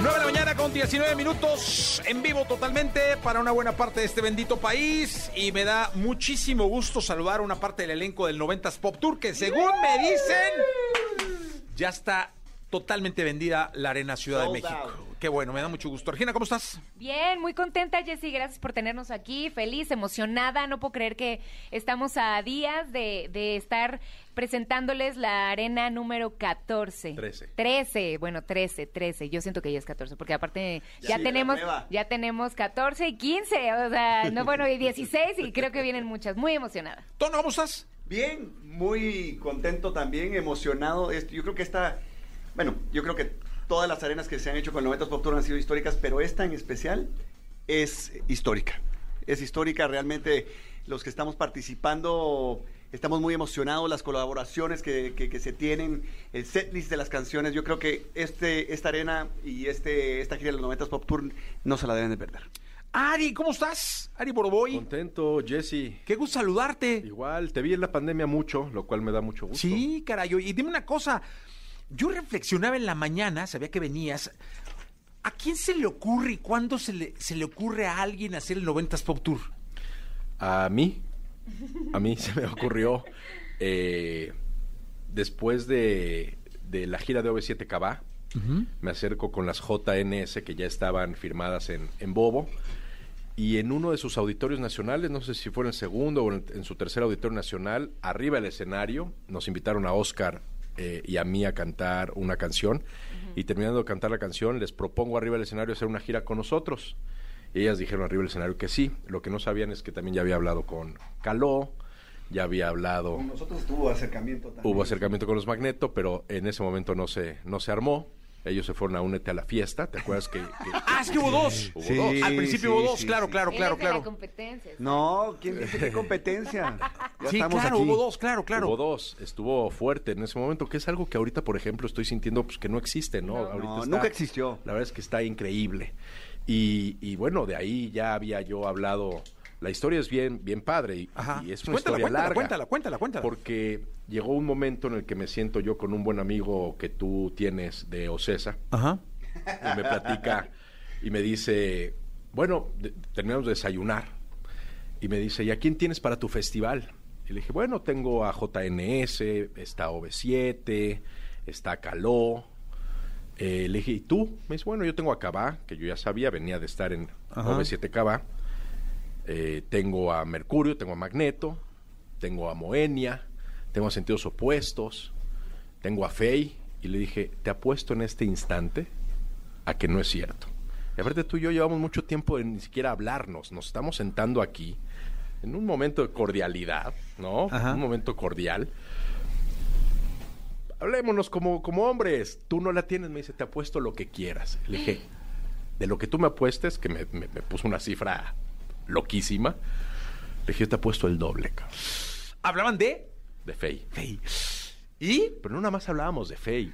Speaker 6: Nueve de la mañana con 19 minutos en vivo totalmente para una buena parte de este bendito país y me da muchísimo gusto saludar a una parte del elenco del 90s Pop Tour que según me dicen
Speaker 2: Ya está totalmente vendida la Arena Ciudad de
Speaker 9: Sold
Speaker 2: México. Qué bueno, me da mucho gusto. Regina, ¿cómo estás?
Speaker 16: Bien, muy contenta, Jessy. Gracias por tenernos aquí. Feliz, emocionada. No puedo creer que estamos a días de, de estar presentándoles la arena número 14.
Speaker 9: Trece.
Speaker 16: 13, bueno, 13, 13. Yo siento que ya es 14, porque aparte ya,
Speaker 9: Sí, la
Speaker 16: tenemos
Speaker 9: nueva.
Speaker 16: ya tenemos 14 y 15. O sea, no, bueno, y 16 y creo que vienen muchas. Muy emocionada.
Speaker 2: Tono, ¿cómo estás?
Speaker 17: Bien, muy contento también, emocionado. Es- Yo creo que esta, bueno, yo creo que todas las arenas que se han hecho con 90 Pop Tour han sido históricas, pero esta en especial es histórica. Es histórica, realmente los que estamos participando estamos muy emocionados, las colaboraciones que, que- que se tienen, el setlist de las canciones. Yo creo que este, esta arena y este, esta gira de los 90 Pop Tour no se la deben de perder.
Speaker 2: Ari, ¿cómo estás? Ari Boroboy.
Speaker 18: Contento, Jesse.
Speaker 2: Qué gusto saludarte.
Speaker 18: Igual, te vi en la pandemia mucho, lo cual me da mucho gusto.
Speaker 2: Sí, carayo. Y dime una cosa. Yo reflexionaba en la mañana, sabía que venías. ¿A quién se le ocurre y cuándo se le, se le ocurre a alguien hacer el 90s Pop Tour?
Speaker 18: A mí, a mí se me ocurrió eh, después de, de la gira de OV7 Cabá, me acerco con las JNS que ya estaban firmadas en, en Bobo. Y en uno de sus auditorios nacionales, no sé si fue en el segundo o en, en su tercer auditorio nacional, arriba del escenario, nos invitaron a Oscar eh, y a mí a cantar una canción. Y terminando de cantar la canción, les propongo arriba del escenario hacer una gira con nosotros. Y ellas dijeron arriba del escenario que sí. Lo que no sabían es que también ya había hablado con Caló, ya había hablado
Speaker 17: Nosotros tuvo acercamiento
Speaker 18: Hubo acercamiento con los Magneto, pero en ese momento no se, no se armó. Ellos se fueron a Únete a la fiesta, ¿te acuerdas que...?
Speaker 2: Ah, es que hubo dos.
Speaker 18: Hubo
Speaker 2: Sí,
Speaker 18: dos.
Speaker 2: Al principio hubo dos, claro, claro, claro,
Speaker 16: Eres de la
Speaker 2: claro.
Speaker 16: competencia.
Speaker 17: No, ¿quién dice qué competencia? Ya
Speaker 18: Ah, Sí,
Speaker 17: estamos
Speaker 18: claro,
Speaker 17: aquí.
Speaker 18: hubo
Speaker 2: dos, claro, claro.
Speaker 18: Hubo dos, estuvo fuerte en ese momento, que es algo que ahorita, por ejemplo, estoy sintiendo pues, que no existe, ¿no?
Speaker 17: No.
Speaker 18: Ahorita
Speaker 17: No, nunca existió.
Speaker 18: La verdad es que está increíble. Y, y bueno, de ahí ya había yo hablado... La historia es bien, bien padre y, y es una
Speaker 2: Cuéntala,
Speaker 18: historia
Speaker 2: cuéntala,
Speaker 18: larga.
Speaker 2: cuéntala, cuéntala, cuéntala.
Speaker 18: Porque llegó un momento en el que me siento yo con un buen amigo que tú tienes de Ocesa.
Speaker 2: Ajá.
Speaker 18: y me platica y me dice, bueno, de- terminamos de desayunar. Y me dice, ¿y a quién tienes para tu festival? Y le dije, bueno, tengo a JNS, está OV7, está Caló. Eh, le dije, ¿y tú? Me dice, bueno, yo tengo a Cabá, que yo ya sabía, venía de estar en
Speaker 11: Ajá.
Speaker 18: OV7 Cabá. Eh, tengo a Mercurio, tengo a Magneto, tengo a Moenia, tengo a Sentidos Opuestos, tengo a Fey. Y le dije, te apuesto en este instante a que no es cierto. Y aparte tú y yo llevamos mucho tiempo de ni siquiera hablarnos. Nos estamos sentando aquí en un momento de cordialidad, ¿no? Un momento cordial. Hablémonos como, como hombres. Tú no la tienes, me dice, te apuesto lo que quieras. Le dije, de lo que tú me apuestes, que me, me- me puso una cifra loquísima, le dije, yo te apuesto el doble, cabrón,
Speaker 2: Hablaban de...
Speaker 18: de Fey. ¿Y? Pero no nada más hablábamos de Fey.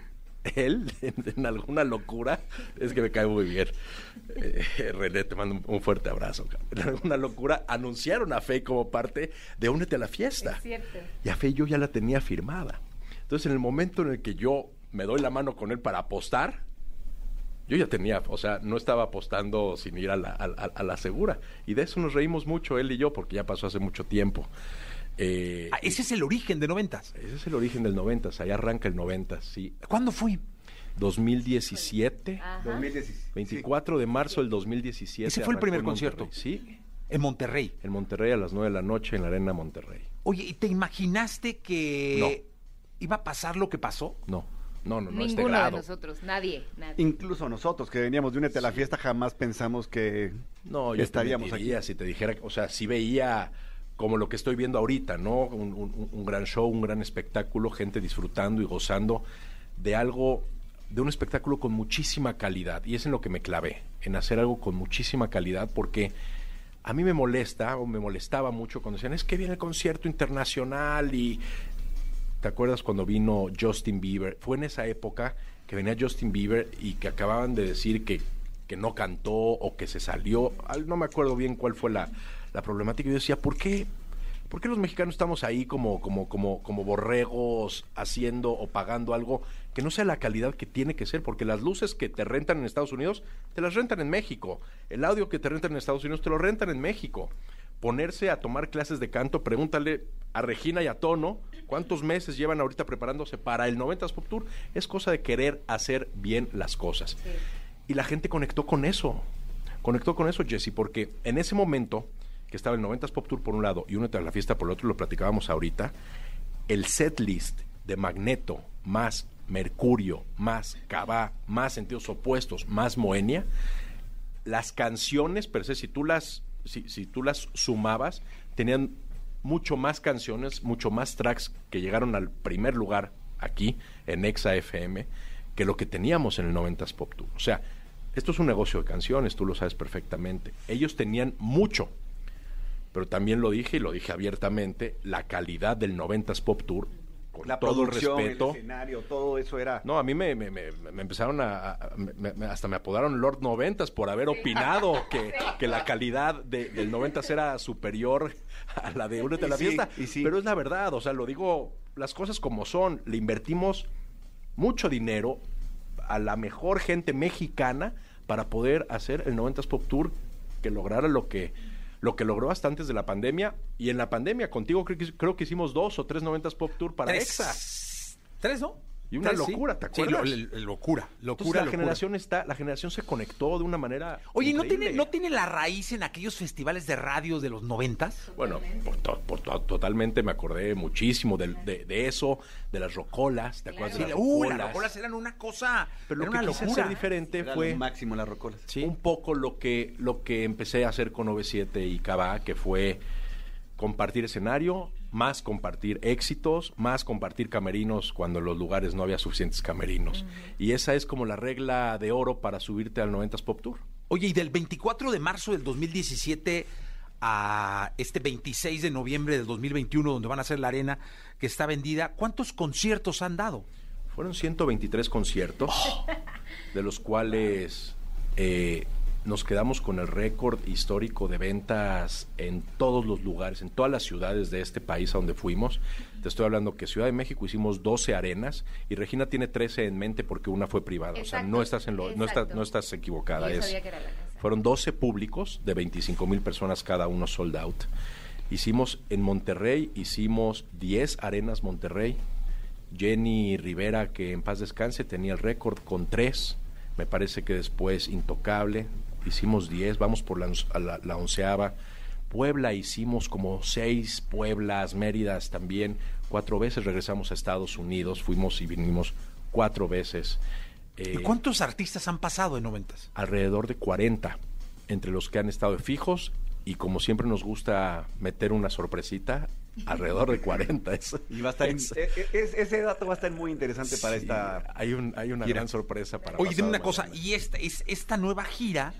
Speaker 18: Él, en, en alguna locura, es que me cae muy bien. Eh, René, te mando un, un fuerte abrazo. cabrón. En alguna locura, anunciaron a Fey como parte de Únete a la fiesta.
Speaker 16: Cierto.
Speaker 18: Y a Fey yo ya la tenía firmada. Entonces, en el momento en el que yo me doy la mano con él para apostar, yo ya tenía, o sea, no estaba apostando sin ir a la, a- a- a la segura. Y de eso nos reímos mucho él y yo, porque ya pasó hace mucho tiempo. Eh,
Speaker 2: Ah, ese es el origen de noventas.
Speaker 18: Ese es el origen del noventas, ahí arranca el noventas, sí.
Speaker 2: ¿Cuándo fue?
Speaker 18: 2017.
Speaker 16: Ajá.
Speaker 17: 2017.
Speaker 18: 24 de marzo del 2017.
Speaker 2: Ese fue el
Speaker 18: arrancó
Speaker 2: primer
Speaker 18: en
Speaker 2: concierto.
Speaker 18: Monterrey, Sí.
Speaker 2: En Monterrey.
Speaker 18: En Monterrey a las 9 de la noche en la Arena Monterrey.
Speaker 2: Oye, ¿y te imaginaste que eh, iba a pasar lo que pasó?
Speaker 18: No, no, no,
Speaker 17: no, este
Speaker 16: Ninguno de
Speaker 17: grado.
Speaker 16: nosotros, nadie, nadie.
Speaker 17: Incluso nosotros que veníamos de Únete a la fiesta jamás pensamos que
Speaker 18: No, yo
Speaker 17: estaríamos
Speaker 18: te
Speaker 17: aquí.
Speaker 18: mentiría si te dijera, o sea, si veía como lo que estoy viendo ahorita, ¿no? Un, un- un gran show, un gran espectáculo, gente disfrutando y gozando de algo, de un espectáculo con muchísima calidad. Y es en lo que me clavé, en hacer algo con muchísima calidad, porque a mí me molesta o me molestaba mucho cuando decían, es que viene el concierto internacional y... ¿Te acuerdas cuando vino Justin Bieber? Fue en esa época que venía Justin Bieber y que acababan de decir que, que no cantó o que se salió. Al- No me acuerdo bien cuál fue la, la problemática. Yo decía, ¿por qué? ¿Por qué los mexicanos estamos ahí como, como, como, como borregos haciendo o pagando algo que no sea la calidad que tiene que ser? Porque las luces que te rentan en Estados Unidos, te las rentan en México. El audio que te rentan en Estados Unidos, te lo rentan en México. ponerse a tomar clases de canto, pregúntale a Regina y a Tono cuántos meses llevan ahorita preparándose para el 90s Pop Tour, es cosa de querer hacer bien las cosas. Y la gente conectó con eso, conectó con eso Jesse, porque en ese momento que estaba el 90s Pop Tour por un lado y Únete a la fiesta por el otro, lo platicábamos ahorita, el setlist de Magneto más Mercurio más Cabá más Sentidos Opuestos más Moenia las canciones per se, si tú las, si, si tú las sumabas, tenían mucho más canciones, mucho más tracks que llegaron al primer lugar aquí en Exa FM que lo que teníamos en el 90s Pop Tour. O sea, esto es un negocio de canciones, tú lo sabes perfectamente. Ellos tenían mucho, pero también lo dije y lo dije abiertamente, la calidad del 90s Pop Tour, con
Speaker 17: La
Speaker 18: todo el
Speaker 17: producción, el
Speaker 18: respeto,
Speaker 17: escenario, todo eso era...
Speaker 18: no, a mí me, me- me- me empezaron a... a- me- me- hasta me apodaron Lord Noventas por haber opinado que, que la calidad de- del Noventas era superior a la de Únete a
Speaker 17: Y
Speaker 18: la
Speaker 17: sí,
Speaker 18: Fiesta. Pero es la verdad, o sea, lo digo, las cosas como son. Le invertimos mucho dinero a la mejor gente mexicana para poder hacer el 90s Pop Tour que lograra lo que lo que logró hasta antes de la pandemia y en la pandemia contigo creo que, creo que hicimos dos o tres 90s Pop Tour para
Speaker 11: Tres.
Speaker 18: EXA.
Speaker 11: Tres, ¿no?
Speaker 18: Y una
Speaker 11: Tres, sí.
Speaker 18: locura, ¿te
Speaker 11: Sí,
Speaker 18: acuerdas?
Speaker 11: lo- lo-
Speaker 18: locura, locura,
Speaker 11: locura,
Speaker 18: la
Speaker 11: locura.
Speaker 18: generación está, la generación se conectó de una manera
Speaker 2: Oye, ¿no
Speaker 18: increíble.
Speaker 2: tiene, ¿no tiene la raíz en aquellos festivales de radios de los noventas?
Speaker 18: Bueno, por to- por to- totalmente me acordé muchísimo del- de, de eso, de las rocolas, ¿te acuerdas?
Speaker 2: Sí,
Speaker 18: de las
Speaker 2: uh,
Speaker 18: rocolas?
Speaker 2: las rocolas eran una cosa,
Speaker 18: Pero lo
Speaker 2: era una
Speaker 18: que quise
Speaker 2: locura.
Speaker 18: hacer diferente
Speaker 2: Era
Speaker 18: fue
Speaker 2: lo
Speaker 18: máximo las rocolas. Un poco lo que lo que empecé a hacer con 97 y Cabá, que fue compartir escenario, más compartir éxitos, más compartir camerinos cuando en los lugares no había suficientes camerinos. Y esa es como la regla de oro para subirte al 90s Pop Tour.
Speaker 2: Oye, y del 24 de marzo del 2017 a este 26 de noviembre del 2021, donde van a hacer la arena que está vendida, ¿cuántos conciertos han dado?
Speaker 18: Fueron 123 conciertos, de los cuales eh, nos quedamos con el récord histórico de ventas en todos los lugares, en todas las ciudades de este país a donde fuimos. Te estoy hablando que Ciudad de México hicimos 12 arenas y Regina tiene 13 en mente porque una fue privada. o sea,
Speaker 16: Exacto,
Speaker 18: no estás, en lo, no
Speaker 16: exacto.
Speaker 18: estás, no estás equivocada.
Speaker 16: Yo
Speaker 18: es-
Speaker 16: sabía que era la casa.
Speaker 18: fueron 12 públicos de 25 mil personas cada uno sold out. Hicimos en Monterrey, hicimos 10 arenas Monterrey. Jenny Rivera, que en paz descanse, tenía el récord con 3. Me parece que después Intocable. Hicimos 10, vamos por la, once- a la- la onceava. Puebla hicimos como seis Pueblas, Méridas también. Cuatro veces regresamos a Estados Unidos, fuimos y vinimos cuatro veces.
Speaker 2: ¿Y
Speaker 18: Eh,
Speaker 2: cuántos artistas han pasado en noventas?
Speaker 18: alrededor de 40 entre los que han estado fijos y como siempre nos gusta meter una sorpresita, alrededor de 40. Es,
Speaker 17: Y va a estar...
Speaker 18: es-
Speaker 17: e- e- es- ese dato va a estar muy interesante para
Speaker 18: sí,
Speaker 17: esta...
Speaker 18: Hay, un, hay una
Speaker 17: gira.
Speaker 18: gran sorpresa para
Speaker 2: Oye, dime
Speaker 18: pasado
Speaker 2: una
Speaker 18: mañana.
Speaker 2: cosa, y esta, es, esta nueva gira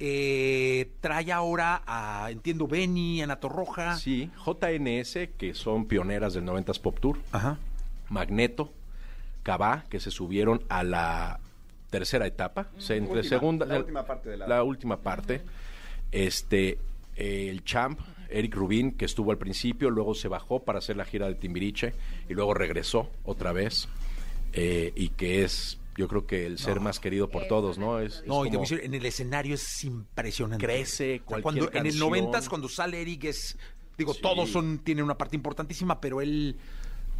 Speaker 2: eh, trae ahora a, entiendo, Benny, Ana Torroja.
Speaker 18: Sí, JNS, que son pioneras del 90s Pop Tour. Magneto, Cabá, que se subieron a la tercera etapa. se- entre
Speaker 17: Mm, Última,
Speaker 18: segunda,
Speaker 17: la última parte de la-
Speaker 18: última parte. Este, eh, el champ, Eric Rubin, que estuvo al principio, luego se bajó para hacer la gira de Timbiriche y luego regresó otra vez. eh, y que es, yo creo que el ser más querido
Speaker 17: Eh,
Speaker 18: por todos, ¿no? Es, es
Speaker 2: No, y te voy
Speaker 18: como-
Speaker 2: a decir, en el escenario es impresionante. O
Speaker 18: Crece
Speaker 2: sea,
Speaker 18: cualquier
Speaker 2: cuando, En el
Speaker 18: canción.
Speaker 2: 90 cuando sale Eric, es. Digo,
Speaker 18: Sí.
Speaker 2: todos son, tienen una parte importantísima, pero él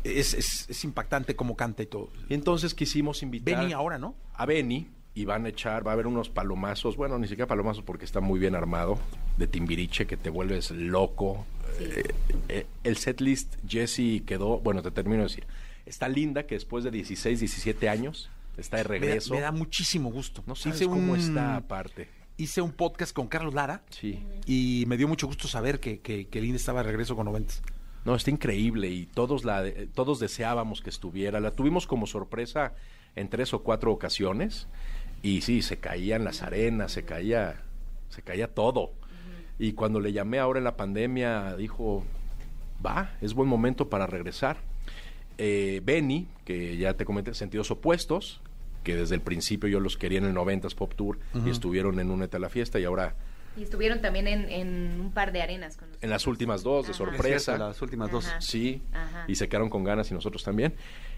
Speaker 2: es, es- es impactante como canta y todo.
Speaker 18: Y entonces quisimos invitar.
Speaker 2: Benny ahora, ¿no?
Speaker 18: a Beni y van a echar, va a haber unos palomazos, bueno, ni siquiera palomazos porque está muy bien armado, de Timbiriche que te vuelves loco. Eh, eh, el setlist Jesse quedó, bueno, te termino de decir, está linda que después de 16, 17 años está de
Speaker 2: Me da-
Speaker 18: regreso.
Speaker 2: Me da, muchísimo gusto. No
Speaker 18: ¿Sabes cómo está aparte?
Speaker 2: Hice un podcast con Carlos Lara.
Speaker 18: Sí.
Speaker 2: Y me dio mucho gusto saber que, que, que Linda estaba de regreso con 90.
Speaker 18: No, está increíble y todos, la, eh, todos deseábamos que estuviera. La tuvimos como sorpresa en tres o cuatro ocasiones y sí, se caían las arenas, se caía, se caía todo. Y cuando le llamé ahora en la pandemia, dijo, va, es buen momento para regresar. Eh, Benny, que ya te comenté, Sentidos Opuestos, que desde el principio yo los quería en el 90s Pop Tour
Speaker 16: Ujú.
Speaker 18: y estuvieron en Únete a la Fiesta y ahora
Speaker 16: Y estuvieron también en, en un par de arenas con nosotros.
Speaker 18: en las últimas dos, de
Speaker 16: Ajá.
Speaker 18: sorpresa.
Speaker 16: Es cierto, las últimas dos. Ajá.
Speaker 18: Sí,
Speaker 16: Ajá.
Speaker 18: y se quedaron con ganas y nosotros también.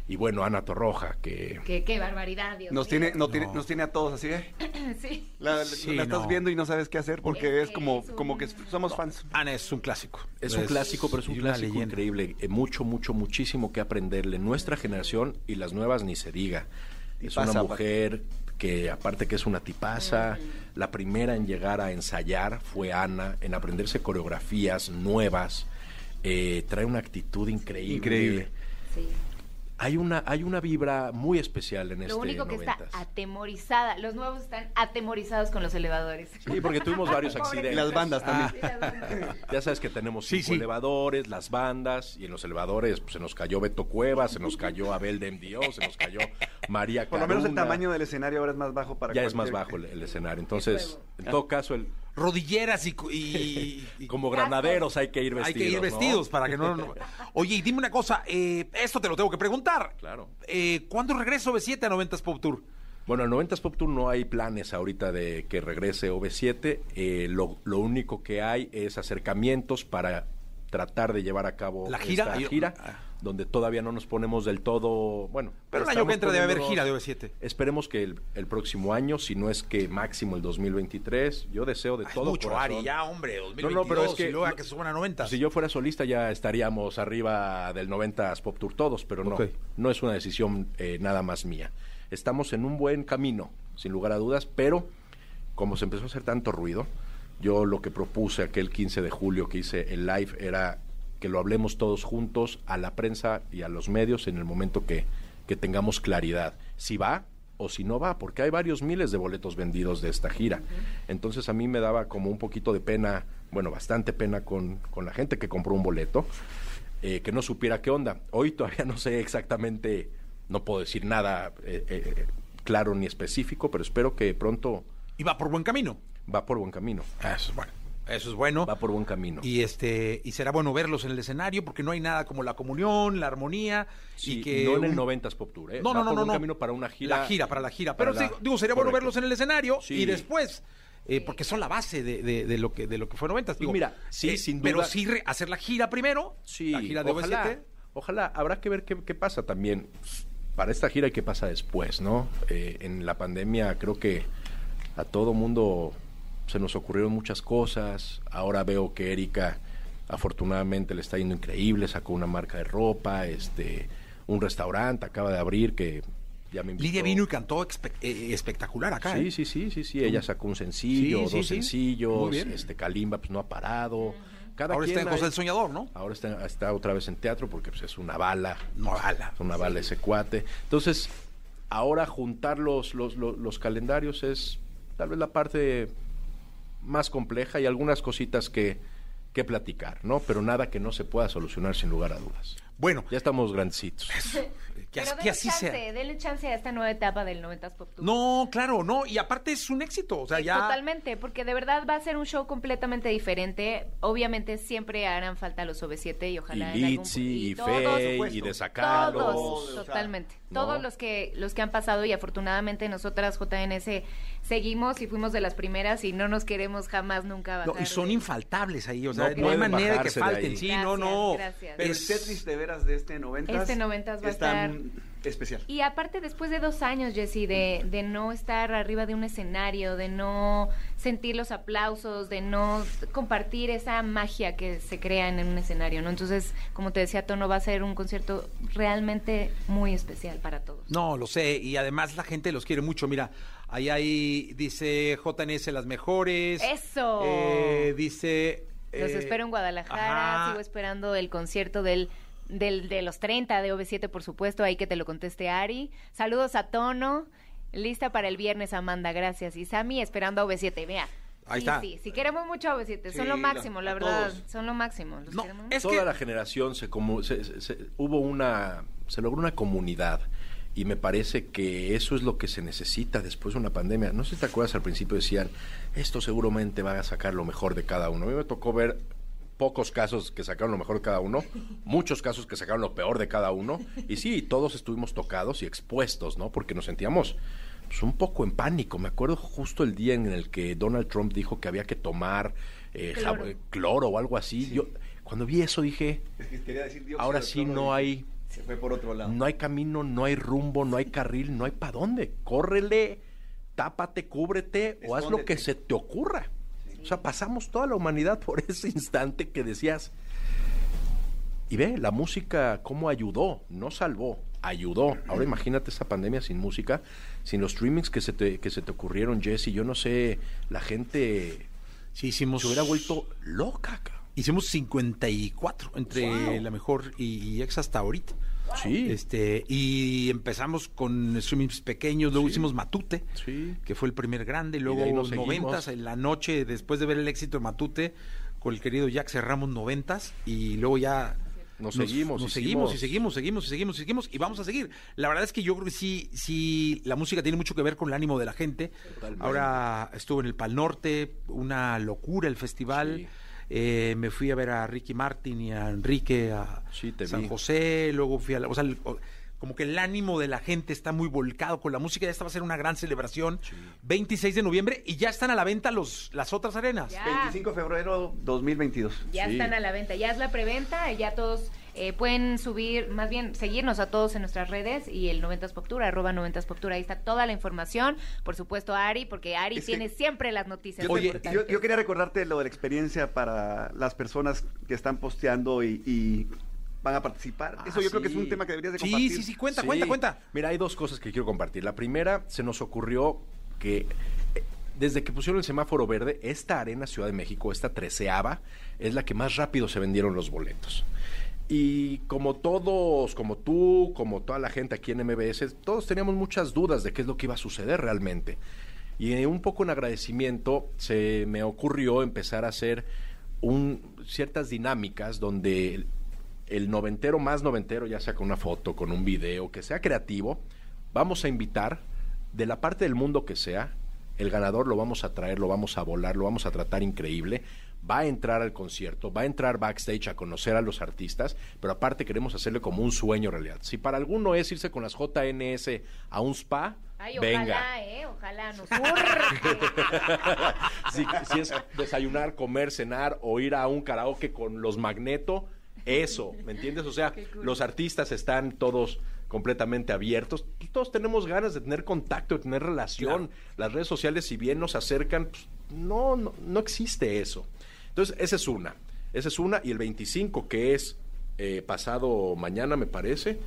Speaker 18: Y bueno, Ana Torroja, que...
Speaker 16: Qué, qué barbaridad, Dios
Speaker 17: Nos
Speaker 16: mío.
Speaker 17: tiene, no tiene, nos tiene a todos así, ¿eh?
Speaker 16: sí.
Speaker 17: La, la-
Speaker 18: Sí,
Speaker 17: la estás
Speaker 18: no.
Speaker 17: viendo y no sabes qué hacer porque es como, como que somos fans.
Speaker 2: Ana es un clásico.
Speaker 18: Ah, Es un clásico, pero es un
Speaker 2: Pues, y una
Speaker 18: clásico
Speaker 2: leyenda.
Speaker 18: increíble. Eh, Mucho, mucho, muchísimo que aprenderle. Nuestra generación y las nuevas ni se diga. Es
Speaker 17: Tipaza,
Speaker 18: una mujer que aparte que es una tipaza, la primera en llegar a ensayar fue Ana, en aprenderse coreografías nuevas, eh, trae una actitud increíble.
Speaker 17: Increíble.
Speaker 16: Sí.
Speaker 18: Hay una, hay una vibra muy especial en este
Speaker 16: Lo único que
Speaker 18: noventas.
Speaker 16: está atemorizada, los nuevos están atemorizados con los elevadores.
Speaker 18: Sí, porque tuvimos varios
Speaker 16: Pobre.
Speaker 18: accidentes.
Speaker 16: Las bandas también.
Speaker 18: Ah.
Speaker 16: Sí, las bandas.
Speaker 18: Ya sabes que tenemos cinco elevadores, las bandas, y en los elevadores pues, se nos cayó Beto Cueva, se nos cayó Abel de MDO, se nos cayó María
Speaker 17: Por lo menos el
Speaker 18: Caruna.
Speaker 17: tamaño del escenario ahora es más bajo para
Speaker 18: Ya es más
Speaker 17: cualquier-
Speaker 18: bajo el, el escenario. Entonces, en todo caso, el...
Speaker 2: Rodilleras y... cu- y-
Speaker 18: Como granaderos hay que ir vestidos.
Speaker 2: Hay que ir
Speaker 18: ¿no?
Speaker 2: vestidos para que no, no- Oye, y dime una cosa, eh, esto te lo tengo que preguntar.
Speaker 18: Claro.
Speaker 2: Eh, ¿Cuándo regreso B7 a 90s Pop Tour?
Speaker 18: Bueno, el 90s Pop Tour no hay planes ahorita de que regrese OV7. eh, lo, lo único que hay es acercamientos para tratar de llevar a cabo
Speaker 2: ¿La gira?
Speaker 18: esta
Speaker 2: Hay-
Speaker 18: gira, donde todavía no nos ponemos del todo. Bueno,
Speaker 2: Pero el año que
Speaker 18: estamos
Speaker 2: entra debe haber gira de
Speaker 18: poniéndonos-
Speaker 2: OV7.
Speaker 18: Esperemos que el, el próximo año, si no es que máximo el 2023, yo deseo de todo
Speaker 2: Mucho,
Speaker 18: corazón.
Speaker 2: Ari, ya, hombre, 2022,
Speaker 18: No, no, pero es que-
Speaker 2: y luego a
Speaker 18: no-
Speaker 2: que suban a 90.
Speaker 18: Si yo fuera solista ya estaríamos arriba del 90s Pop Tour todos, pero no, no es una decisión eh, nada más mía. Estamos en un buen camino, sin lugar a dudas, pero como se empezó a hacer tanto ruido, yo lo que propuse aquel 15 de julio que hice el live era que lo hablemos todos juntos a la prensa y a los medios en el momento que, que tengamos claridad. Si va o si no va, porque hay varios miles de boletos vendidos de esta gira. Entonces a mí me daba como un poquito de pena, bueno, bastante pena con, con la gente que compró un boleto, eh, que no supiera qué onda. Hoy todavía no sé exactamente, no puedo decir nada eh, eh, claro ni específico, pero espero que pronto...
Speaker 2: Y va por buen camino.
Speaker 18: Va por buen camino.
Speaker 2: Eso es bueno. Eso es bueno.
Speaker 18: Va por buen camino.
Speaker 2: Y este y será bueno verlos en el escenario porque no hay nada como la comunión, la armonía y
Speaker 18: Sí,
Speaker 2: que
Speaker 18: no en el
Speaker 2: un-
Speaker 18: 90s Pop Tour, ¿eh?
Speaker 2: No, no, no,
Speaker 18: Va por
Speaker 2: no,
Speaker 18: buen
Speaker 2: no.
Speaker 18: camino para una gira.
Speaker 2: La gira, para la gira. Pero
Speaker 18: Para
Speaker 2: sí,
Speaker 18: la-
Speaker 2: digo, sería bueno
Speaker 18: correcto.
Speaker 2: verlos en el escenario
Speaker 18: Sí.
Speaker 2: y después. eh, porque son la base de, de- de lo que de lo que fue 90. Digo,
Speaker 18: Pues
Speaker 2: eh,
Speaker 18: mira, sí, sin duda-
Speaker 2: Pero sí re- hacer la gira primero.
Speaker 18: Sí,
Speaker 2: La gira de
Speaker 18: ojalá,
Speaker 2: OV7.
Speaker 18: Ojalá, habrá que ver qué, qué pasa también. Para esta gira y qué pasa después, ¿no? Eh, en la pandemia creo que a todo mundo se nos ocurrieron muchas cosas. Ahora veo que Erika afortunadamente le está yendo increíble, sacó una marca de ropa, este, un restaurante acaba de abrir que ya me invitó.
Speaker 2: Lidia vino y cantó espe- eh, espectacular acá.
Speaker 18: Sí,
Speaker 2: ¿eh?
Speaker 18: sí, sí, sí, sí. Ella sacó un
Speaker 2: Sí, sí,
Speaker 18: sencillo, dos
Speaker 2: sí. Muy
Speaker 18: sencillos.
Speaker 2: bien.
Speaker 18: Este Kalimba pues no ha parado. Cada
Speaker 2: Ahora
Speaker 18: quien
Speaker 2: está en José
Speaker 18: hay-
Speaker 2: el Soñador, ¿no?
Speaker 18: Ahora está, está otra vez en teatro porque pues, es una bala.
Speaker 2: Una bala.
Speaker 18: Es una bala ese cuate. Entonces, ahora juntar los, los, los- los calendarios es tal vez la parte más compleja y algunas cositas que, que platicar, ¿no? Pero nada que no se pueda solucionar sin lugar a dudas.
Speaker 2: Bueno.
Speaker 18: Ya estamos grandecitos.
Speaker 2: Que, as-
Speaker 16: Pero
Speaker 2: que
Speaker 16: denle
Speaker 2: así
Speaker 16: chance,
Speaker 2: sea.
Speaker 16: denle chance a esta nueva etapa del 90s Pop Tour.
Speaker 2: No, claro, no. Y aparte es un éxito. O sea, ya.
Speaker 16: Totalmente, porque de verdad va a ser un show completamente diferente. Obviamente siempre harán falta los OV7 y
Speaker 18: Y
Speaker 16: ojalá en algún pu-
Speaker 18: Litsi, y
Speaker 16: todos,
Speaker 18: Fey, y
Speaker 16: supuesto.
Speaker 18: de sacarlos.
Speaker 16: Todos, totalmente.
Speaker 18: ¿no?
Speaker 16: Todos los que los que han pasado y afortunadamente nosotras JNS seguimos y fuimos de las primeras y no nos queremos jamás nunca
Speaker 2: No,
Speaker 16: bajar.
Speaker 2: y son infaltables ahí, o sea,
Speaker 18: No
Speaker 2: no, hay
Speaker 18: pueden
Speaker 2: manera de que
Speaker 18: bajarse de
Speaker 2: falten,
Speaker 18: ahí.
Speaker 2: sí, no, no.
Speaker 16: gracias.
Speaker 17: Pero
Speaker 2: Es-
Speaker 17: el setlist de veras de este 90
Speaker 16: Este 90s va a
Speaker 17: está
Speaker 16: estar-
Speaker 17: especial.
Speaker 16: Y aparte, después de dos años, Jessy, de, de no estar arriba de un escenario, de no sentir los aplausos, de no compartir esa magia que se crea en un escenario, ¿no? Entonces, como te decía, Tono, va a ser un concierto realmente muy especial para todos.
Speaker 2: No, lo sé, y además la gente los quiere mucho. Mira, ahí hay, dice JNS las mejores.
Speaker 16: ¡Eso!
Speaker 2: Eh, dice.
Speaker 16: Los
Speaker 2: eh,
Speaker 16: espero en Guadalajara,
Speaker 2: ajá.
Speaker 16: sigo esperando el concierto del... Del, de los 30 de OV7, por supuesto, ahí que te lo conteste Ari. Saludos a Tono, lista para el viernes, Amanda, gracias. Y Sami, esperando a OV7, vea.
Speaker 18: Ahí
Speaker 16: sí,
Speaker 18: está.
Speaker 16: sí, sí, queremos mucho a OV7,
Speaker 18: Sí,
Speaker 16: son lo
Speaker 18: la-
Speaker 16: máximo, la
Speaker 18: a
Speaker 16: verdad,
Speaker 18: todos.
Speaker 16: son lo máximo. los queremos mucho.
Speaker 18: toda la generación se, comu- se- se- se- hubo una se logró una comunidad y me parece que eso es lo que se necesita después de una pandemia. No sé si te acuerdas al principio decían, esto seguramente va a sacar lo mejor de cada uno. A mí me tocó ver pocos casos que sacaron lo mejor de cada uno, muchos casos que sacaron lo peor de cada uno y sí, todos estuvimos tocados y expuestos, ¿no? Porque nos sentíamos pues, un poco en pánico. Me acuerdo justo el día en el que Donald Trump dijo que había que tomar eh, jab-
Speaker 17: Cloro.
Speaker 18: cloro o algo así. Yo cuando vi eso dije,
Speaker 17: Es que quería decir, Dios,
Speaker 18: ahora
Speaker 17: pero
Speaker 18: sí
Speaker 17: todo
Speaker 18: no hay
Speaker 17: Se fue por otro lado.
Speaker 18: No hay camino, no hay rumbo, no hay carril, no hay para dónde. Córrele, tápate, cúbrete o haz lo que se te ocurra. O sea, pasamos toda la humanidad por ese instante que decías. Y ve, la música cómo ayudó, no salvó, ayudó. Ahora imagínate esa pandemia sin música, sin los streamings que se te, que se te ocurrieron, Jesse. Yo no sé, la gente
Speaker 2: hicimos,
Speaker 18: se hubiera vuelto loca. ca-
Speaker 2: Hicimos 54 entre
Speaker 18: Wow.
Speaker 2: la mejor y, y ex hasta ahorita. Sí. Este, y empezamos con streamings pequeños, luego hicimos Matute, que fue el primer grande, y luego
Speaker 18: de ahí nos seguimos.
Speaker 2: noventas en la noche, después de ver el éxito de Matute, con el querido Jack cerramos noventas y luego ya
Speaker 18: Nos seguimos,
Speaker 2: nos seguimos y
Speaker 18: hicimos-
Speaker 2: seguimos, seguimos y seguimos y seguimos y vamos a seguir. La verdad es que yo creo que sí, sí, la música tiene mucho que ver con el ánimo de la gente.
Speaker 18: Totalmente.
Speaker 2: Ahora estuve en el Pal Norte, una locura el festival. Eh, me fui a ver a Ricky Martin y a Enrique a San
Speaker 18: vi.
Speaker 2: José, luego fui a la, o sea, el- o- como que el ánimo de la gente está muy volcado con la música, ya esta va a ser una gran celebración. 26 de noviembre y ya están a la venta los las otras arenas.
Speaker 16: Ya.
Speaker 17: 25 de febrero 2022.
Speaker 16: Ya están a la venta, ya es la preventa, ya todos eh, pueden subir, más bien seguirnos a todos en nuestras redes y el 90s Poptura, arroba 90s Poptura, ahí está toda la información, por supuesto Ari, porque Ari
Speaker 17: Es que-
Speaker 16: tiene siempre las noticias.
Speaker 17: Yo, te-
Speaker 16: importantes.
Speaker 17: yo- yo quería recordarte lo de la experiencia para las personas que están posteando y, y van a participar. Eso yo creo que es un tema que deberías de compartir.
Speaker 18: Mira, hay dos cosas que quiero compartir. La primera, se nos ocurrió que eh, desde que pusieron el semáforo verde, esta arena Ciudad de México, esta treceava, es la que más rápido se vendieron los boletos. Y como todos, como tú, como toda la gente aquí en MBS, todos teníamos muchas dudas de qué es lo que iba a suceder realmente. Y eh, un poco en agradecimiento se me ocurrió empezar a hacer un, ciertas dinámicas donde el- el noventero más noventero, ya sea con una foto, con un video, que sea creativo, vamos a invitar de la parte del mundo que sea, el ganador lo vamos a traer, lo vamos a volar, lo vamos a tratar increíble, va a entrar al concierto, va a entrar backstage a conocer a los artistas, pero aparte queremos hacerle como un sueño realidad. Si para alguno es irse con las JNS a un spa,
Speaker 16: Ay,
Speaker 18: venga.
Speaker 16: ojalá, eh, ojalá nos urge.
Speaker 18: si, si es desayunar, comer, cenar o ir a un karaoke con los magneto, eso, ¿me entiendes? O sea, los artistas están todos completamente abiertos. Todos tenemos ganas de tener contacto, de tener relación. Las redes sociales, si bien nos acercan, pues, no, no, no existe eso. Entonces, esa es una. Esa es una. Y el 25, que es eh, pasado mañana, me parece,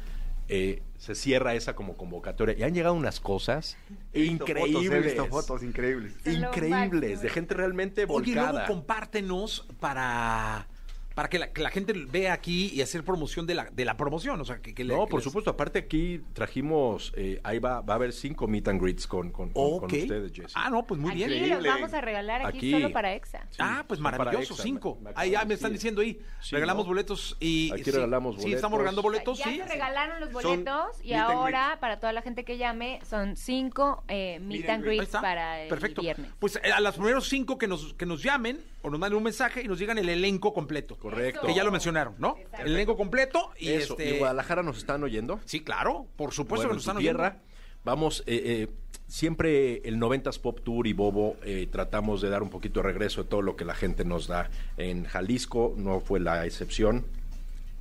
Speaker 18: eh, se cierra esa como convocatoria. Y han llegado unas cosas increíbles.
Speaker 17: He visto fotos increíbles.
Speaker 18: Increíbles, de gente realmente
Speaker 2: Oye, y luego
Speaker 18: volcada.
Speaker 2: compártenos para, para que, la, que la gente vea aquí y hacer promoción de la, de la promoción. O sea, que, que le-
Speaker 18: no,
Speaker 2: que
Speaker 18: por
Speaker 2: les-
Speaker 18: supuesto, aparte aquí trajimos, eh, ahí va, va a haber cinco meet and greets con, con, con- con
Speaker 2: Ok.
Speaker 18: ustedes, Jesse.
Speaker 2: Ah, no, pues muy
Speaker 16: Aquí los vamos a regalar aquí,
Speaker 18: Aquí.
Speaker 16: solo para EXA.
Speaker 2: Ah, pues maravilloso,
Speaker 18: Exa,
Speaker 2: cinco.
Speaker 18: me- me
Speaker 2: Ahí
Speaker 18: acaban
Speaker 2: ya
Speaker 18: de
Speaker 2: me están
Speaker 18: decir.
Speaker 2: diciendo ahí.
Speaker 18: Sí,
Speaker 2: regalamos
Speaker 18: ¿no?
Speaker 2: boletos y.
Speaker 18: Aquí
Speaker 2: sí,
Speaker 18: regalamos
Speaker 2: Sí, estamos
Speaker 18: boletos.
Speaker 2: regalando boletos,
Speaker 16: ya
Speaker 2: sí.
Speaker 16: se regalaron los
Speaker 2: Son
Speaker 16: boletos y
Speaker 2: meet and
Speaker 16: ahora para toda la gente que llame son cinco eh, meet,
Speaker 2: Meet and
Speaker 16: and
Speaker 2: greet. Ahí
Speaker 16: greets
Speaker 2: está.
Speaker 16: para el
Speaker 2: Perfecto.
Speaker 16: viernes.
Speaker 2: Pues eh, a los primeros cinco que nos, que nos llamen o nos manden un mensaje y nos digan el elenco completo.
Speaker 18: Correcto.
Speaker 2: Que ya lo mencionaron, ¿no? El elenco completo y
Speaker 18: Eso,
Speaker 2: este.
Speaker 18: ¿y Guadalajara nos están oyendo?
Speaker 2: Sí, claro, por supuesto que nos están
Speaker 18: tierra,
Speaker 2: oyendo.
Speaker 18: Vamos, eh, eh, siempre el 90s Pop Tour y Bobo eh, tratamos de dar un poquito de regreso de todo lo que la gente nos da. En Jalisco no fue la excepción.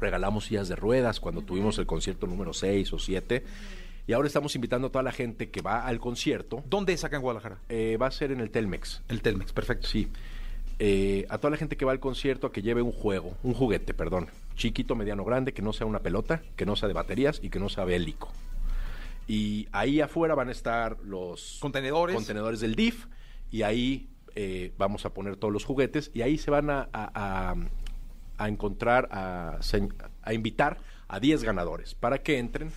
Speaker 18: Regalamos sillas de ruedas cuando tuvimos el concierto número 6 o 7. Y ahora estamos invitando a toda la gente que va al concierto. Eh,
Speaker 2: ¿Dónde es acá en Guadalajara?
Speaker 18: va a ser en el Telmex.
Speaker 2: El Telmex, perfecto.
Speaker 18: Sí. Eh, a toda la gente que va al concierto a que lleve un juego, un juguete, perdón. Chiquito, mediano, grande, que no sea una pelota, que no sea de baterías y que no sea bélico. Y ahí afuera van a estar los
Speaker 2: contenedores,
Speaker 18: contenedores del DIF y ahí eh, vamos a poner todos los juguetes y ahí se van a, a- a- a encontrar, a, señ- a invitar a 10 ganadores para que entren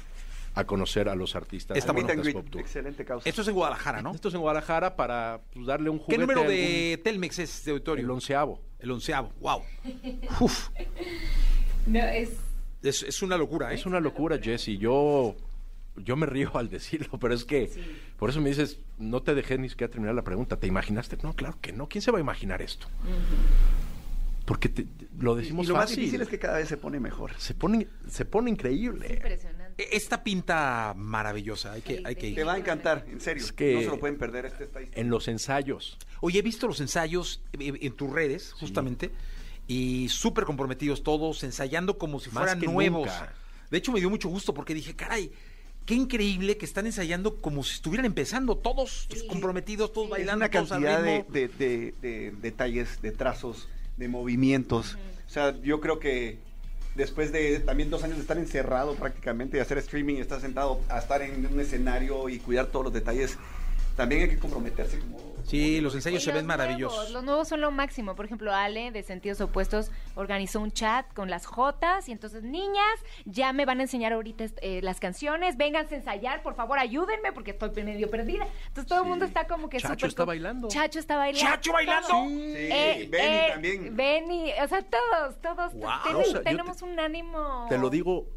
Speaker 18: a conocer a los artistas.
Speaker 2: Está
Speaker 18: del
Speaker 2: bueno.
Speaker 18: Notas
Speaker 2: Meet and
Speaker 18: Pop Tour.
Speaker 17: Excelente causa.
Speaker 2: Esto es en Guadalajara, ¿no?
Speaker 18: Esto es en Guadalajara para pues, darle un
Speaker 2: ¿Qué
Speaker 18: juguete.
Speaker 2: número
Speaker 18: a
Speaker 2: de
Speaker 18: algún-
Speaker 2: Telmex es de auditorio? El
Speaker 18: onceavo.
Speaker 2: El onceavo, wow. Uf,
Speaker 16: No, es
Speaker 2: es, es una locura, ¿eh?
Speaker 18: Es una locura, Jesse. Yo, yo me río al decirlo, pero es que por eso me dices, no te dejé ni siquiera terminar la pregunta. ¿Te imaginaste? No, claro que no. ¿Quién se va a imaginar esto? Porque te- te- lo
Speaker 17: Y
Speaker 18: decimos
Speaker 17: lo más
Speaker 18: fácil.
Speaker 17: difícil es que cada vez se pone mejor.
Speaker 18: se, pone, se pone increíble.
Speaker 16: impresionante.
Speaker 2: E, Esta pinta maravillosa, hay que, hay que ir.
Speaker 17: Te va a encantar, en serio.
Speaker 2: Es que-
Speaker 17: No se lo pueden perder. Este está ahí.
Speaker 18: En los ensayos.
Speaker 2: Oye, he visto los ensayos eh, en tus redes, justamente, y súper comprometidos todos, ensayando como si
Speaker 18: Más
Speaker 2: fueran
Speaker 18: que
Speaker 2: nuevos.
Speaker 18: nunca.
Speaker 2: De hecho, me dio mucho gusto porque dije, caray, qué increíble que están ensayando como si estuvieran empezando, todos pues, comprometidos, todos bailando,
Speaker 17: una
Speaker 2: todos al
Speaker 17: cantidad de,
Speaker 2: ritmo.
Speaker 17: de- de- de detalles, de trazos, de movimientos. O sea, yo creo que después de también dos años de estar encerrado prácticamente, de hacer streaming, estar sentado, a estar en un escenario y cuidar todos los detalles, también hay que comprometerse como...
Speaker 2: Sí, los ensayos
Speaker 16: Y
Speaker 2: se
Speaker 16: los
Speaker 2: ven maravillosos.
Speaker 16: nuevos, los nuevos son lo máximo. Por ejemplo, Ale de Sentidos Opuestos organizó un chat con las Jotas y entonces, niñas, ya me van a enseñar ahorita eh, las canciones, vénganse a ensayar, por favor, ayúdenme porque estoy medio perdida. Entonces todo el mundo está como que
Speaker 18: Chacho
Speaker 16: súper
Speaker 18: está
Speaker 16: co-
Speaker 18: bailando.
Speaker 16: Chacho está bailando.
Speaker 18: ¿Chacho bailando?
Speaker 16: Todo.
Speaker 18: Sí.
Speaker 16: Eh,
Speaker 18: Benny
Speaker 16: eh,
Speaker 18: también.
Speaker 16: Benny, o sea, todos, todos.
Speaker 18: Guau.
Speaker 16: ten-
Speaker 18: O sea, yo te-
Speaker 16: tenemos un ánimo.
Speaker 18: Te lo digo,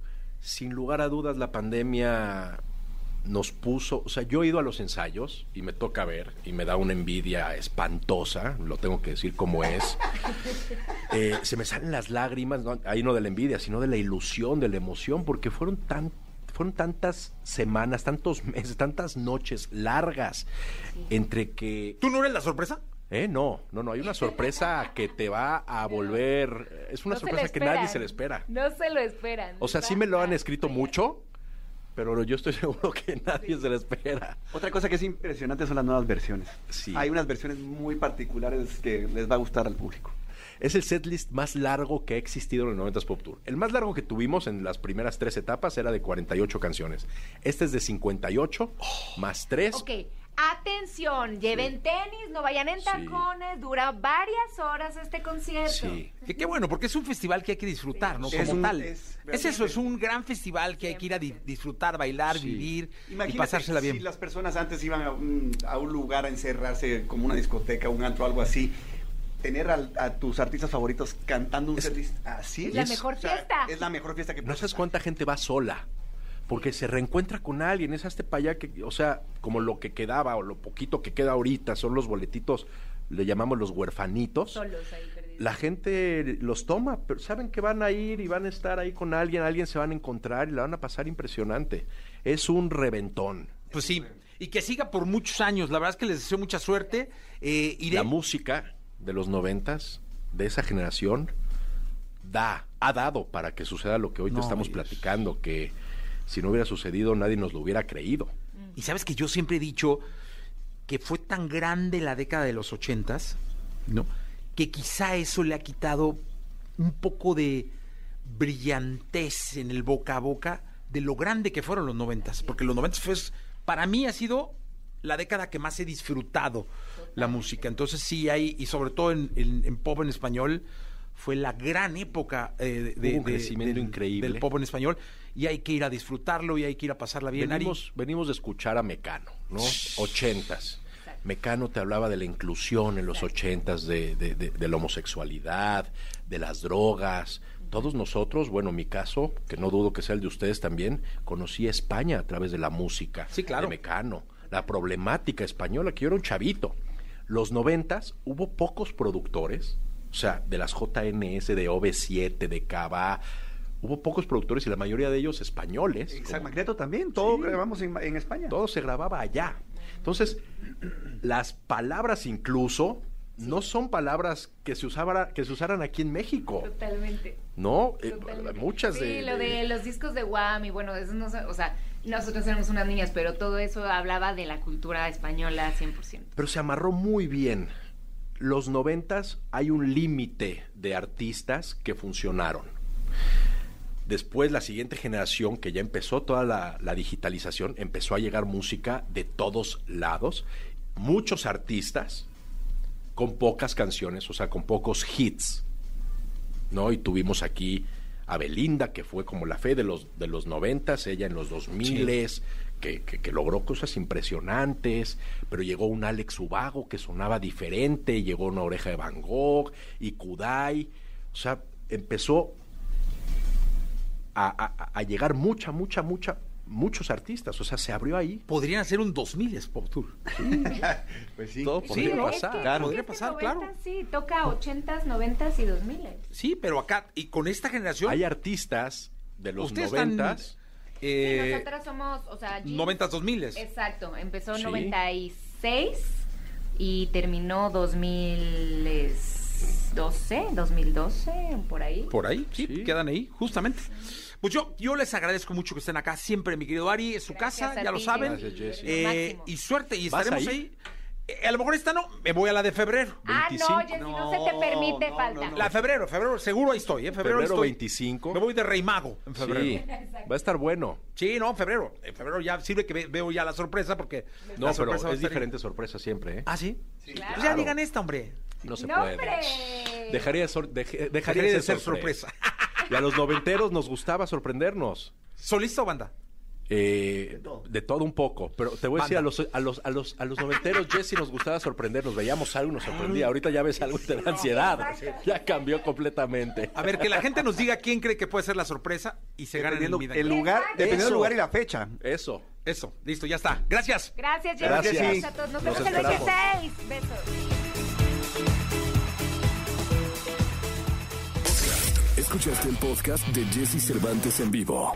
Speaker 18: sin lugar a dudas, la pandemia nos puso, o sea, yo he ido a los ensayos y me toca ver y me da una envidia espantosa, lo tengo que decir como es. Eh, se me salen las lágrimas, ¿no? ahí no de la envidia, sino de la ilusión, de la emoción, porque fueron tan fueron tantas semanas, tantos meses, tantas noches largas entre que
Speaker 2: ¿Tú no eres la sorpresa?
Speaker 18: eh, no, no, no, hay una sorpresa que te va a volver, es una
Speaker 16: No se
Speaker 18: sorpresa
Speaker 16: lo
Speaker 18: que nadie
Speaker 16: esperan.
Speaker 18: se le espera.
Speaker 16: No se lo esperan.
Speaker 18: O sea, sí me lo han escrito mucho, pero yo estoy seguro que nadie se la espera.
Speaker 17: Otra cosa que es impresionante son las nuevas versiones. Hay unas versiones muy particulares que les va a gustar al público.
Speaker 18: Es el setlist más largo que ha existido en el 90s Pop Tour. El más largo que tuvimos en las primeras tres etapas era de 48 canciones. Este es de 58 más 3.
Speaker 16: Ok, atención, lleven tenis, no vayan en tacones, dura varias horas este concierto.
Speaker 2: Sí. Que qué bueno, porque es un festival que hay que disfrutar, ¿no?
Speaker 17: Sí. Es
Speaker 2: Como
Speaker 17: un-
Speaker 2: tal.
Speaker 17: es
Speaker 2: Es, eso, es un gran festival que hay que ir a di- disfrutar, bailar, vivir y
Speaker 17: Imagínate
Speaker 2: pasársela bien.
Speaker 17: Si las personas antes iban a un, a un lugar a encerrarse, como una discoteca, un antro, algo así, tener al- a, tus artistas favoritos cantando un setlist así
Speaker 18: Es la mejor
Speaker 17: fiesta. Es la mejor fiesta que
Speaker 18: No sabes cuánta gente va sola. Porque se reencuentra con alguien, es hasta para allá que, o sea, como lo que quedaba o lo poquito que queda ahorita, son los boletitos, le llamamos los huerfanitos.
Speaker 16: Solos ahí perdidos.
Speaker 18: La gente los toma, pero saben que van a ir y van a estar ahí con alguien, alguien se van a encontrar y la van a pasar impresionante. Es un reventón.
Speaker 2: Pues sí, y que siga por muchos años. La verdad es que les deseo mucha suerte. Eh, iré-
Speaker 18: La música de los noventas, de esa generación, da, ha dado para que suceda lo que hoy
Speaker 2: No,
Speaker 18: te estamos platicando, que si no hubiera sucedido nadie nos lo hubiera creído.
Speaker 2: Y sabes que yo siempre he dicho que fue tan grande la década de los ochentas, ¿no? Que quizá eso le ha quitado un poco de brillantez en el boca a boca de lo grande que fueron los noventas. Porque los noventas fue, para mí ha sido la década que más he disfrutado la música. Entonces sí hay, y sobre todo en, en- en pop en español, fue la gran época eh, de,
Speaker 18: Hubo un
Speaker 2: de-
Speaker 18: crecimiento
Speaker 2: del-
Speaker 18: increíble.
Speaker 2: del pop en español. Y hay que ir a disfrutarlo y hay que ir a pasarla bien. Ari.
Speaker 18: venimos, venimos de escuchar a Mecano, ¿no? Ochentas. Mecano te hablaba de la inclusión en los ochentas, de, de- de- de la homosexualidad, de las drogas. Todos nosotros, bueno, mi caso, que no dudo que sea el de ustedes también, conocí a España a través de la música de Mecano, la problemática española, que yo era un chavito. Los noventas hubo pocos productores, o sea, de las JNS, de OV7, de Cava, hubo pocos productores y la mayoría de ellos españoles.
Speaker 17: Exacto, Magneto también, todo grabamos en, en España.
Speaker 18: Todo se grababa allá. Entonces, las palabras incluso no son palabras que se, usaba, que se usaran aquí en México,
Speaker 16: Totalmente.
Speaker 18: ¿no? Eh,
Speaker 16: Totalmente.
Speaker 18: muchas
Speaker 16: sí,
Speaker 18: de...
Speaker 16: lo
Speaker 18: de-
Speaker 16: de los discos de Guam y bueno, eso no, sé, o sea, nosotros éramos unas niñas, pero todo eso hablaba de la cultura española 100%.
Speaker 18: Pero se amarró muy bien. Los noventas hay un límite de artistas que funcionaron. Después la siguiente generación que ya empezó toda la, la digitalización, empezó a llegar música de todos lados. Muchos artistas con pocas canciones, o sea, con pocos hits. ¿no? Y tuvimos aquí a Belinda, que fue como la fe de los de los noventas, ella en los dos miles, que, que- que logró cosas impresionantes, pero llegó un Alex Ubago que sonaba diferente, llegó una oreja de Van Gogh y Kudai, o sea, empezó a, a- a llegar mucha, mucha, mucha, muchos artistas, o sea, se abrió ahí.
Speaker 2: Podrían hacer un 2000 Pop Tour.
Speaker 17: pues sí.
Speaker 18: Todo
Speaker 2: Sí,
Speaker 18: podría
Speaker 2: ¿no?
Speaker 18: pasar.
Speaker 2: Es que-
Speaker 18: Claro.
Speaker 2: Podría pasar, claro.
Speaker 16: Sí, toca 80s, 90s y 2000s.
Speaker 2: Sí, pero acá, y con esta generación.
Speaker 18: Hay artistas de
Speaker 2: los eh,
Speaker 18: noventas,
Speaker 16: Nosotras somos, o sea, Jeans-
Speaker 2: 90s, 2000s.
Speaker 16: Exacto, empezó
Speaker 18: Sí.
Speaker 16: 96 y terminó 2006. 2012, 2012, por ahí.
Speaker 2: Por ahí, sí, quedan ahí, justamente. Pues yo, yo les agradezco mucho que estén acá siempre, mi querido Ari, es su
Speaker 16: Gracias
Speaker 2: casa,
Speaker 16: a
Speaker 2: ya lo
Speaker 16: ti,
Speaker 2: saben.
Speaker 16: Jessy. Gracias, Jessy.
Speaker 2: Eh,
Speaker 16: Lo máximo.
Speaker 2: y suerte, y
Speaker 16: ¿Vas
Speaker 2: estaremos
Speaker 16: ahí?
Speaker 2: ahí. Eh, a lo mejor esta no, me voy a la de febrero.
Speaker 16: Ah, no, Jessy, no, se te permite falta.
Speaker 2: La de febrero, febrero, seguro ahí estoy, ¿eh? Febrero, ahí
Speaker 18: Febrero
Speaker 2: estoy.
Speaker 18: 25.
Speaker 2: Me voy de Rey Mago en febrero.
Speaker 18: Sí, va a estar bueno.
Speaker 2: Sí, no, en febrero. En febrero ya sirve que ve- veo ya la sorpresa porque.
Speaker 18: No,
Speaker 2: la
Speaker 18: pero
Speaker 2: sorpresa va a
Speaker 18: es
Speaker 2: estar-
Speaker 18: diferente sorpresa siempre, ¿eh?
Speaker 2: ¿Ah, sí?
Speaker 18: claro.
Speaker 2: Pues ya digan esta, hombre.
Speaker 18: No se
Speaker 2: ¡No,
Speaker 18: puede.
Speaker 2: hombre!
Speaker 18: Dejaría, de sor- deje- dejaría de, ser sorpresa. Y a los noventeros nos gustaba sorprendernos. Eh,
Speaker 2: ¿Solista o banda?
Speaker 18: de, todo. un poco. Pero te voy a decir, a los, a los, a los, a los noventeros, Jesse, nos gustaba sorprendernos. Veíamos algo y nos sorprendía. Ahorita ya ves algo y te da ansiedad. Ya cambió completamente.
Speaker 2: A ver, que la gente nos diga quién cree que puede ser la sorpresa y se gana el,
Speaker 18: Dependiendo
Speaker 2: Vida
Speaker 18: el
Speaker 2: Ñoña.
Speaker 18: lugar- dependiendo del lugar y
Speaker 19: la fecha.
Speaker 18: Eso.
Speaker 2: Eso, listo, ya está. Gracias.
Speaker 16: Gracias, Jessy.
Speaker 2: Gracias.
Speaker 16: Gracias a todos. Nos
Speaker 2: Los
Speaker 16: vemos el
Speaker 2: esperamos.
Speaker 16: 26. Besos.
Speaker 1: Escuchaste el podcast de Jesse Cervantes en vivo.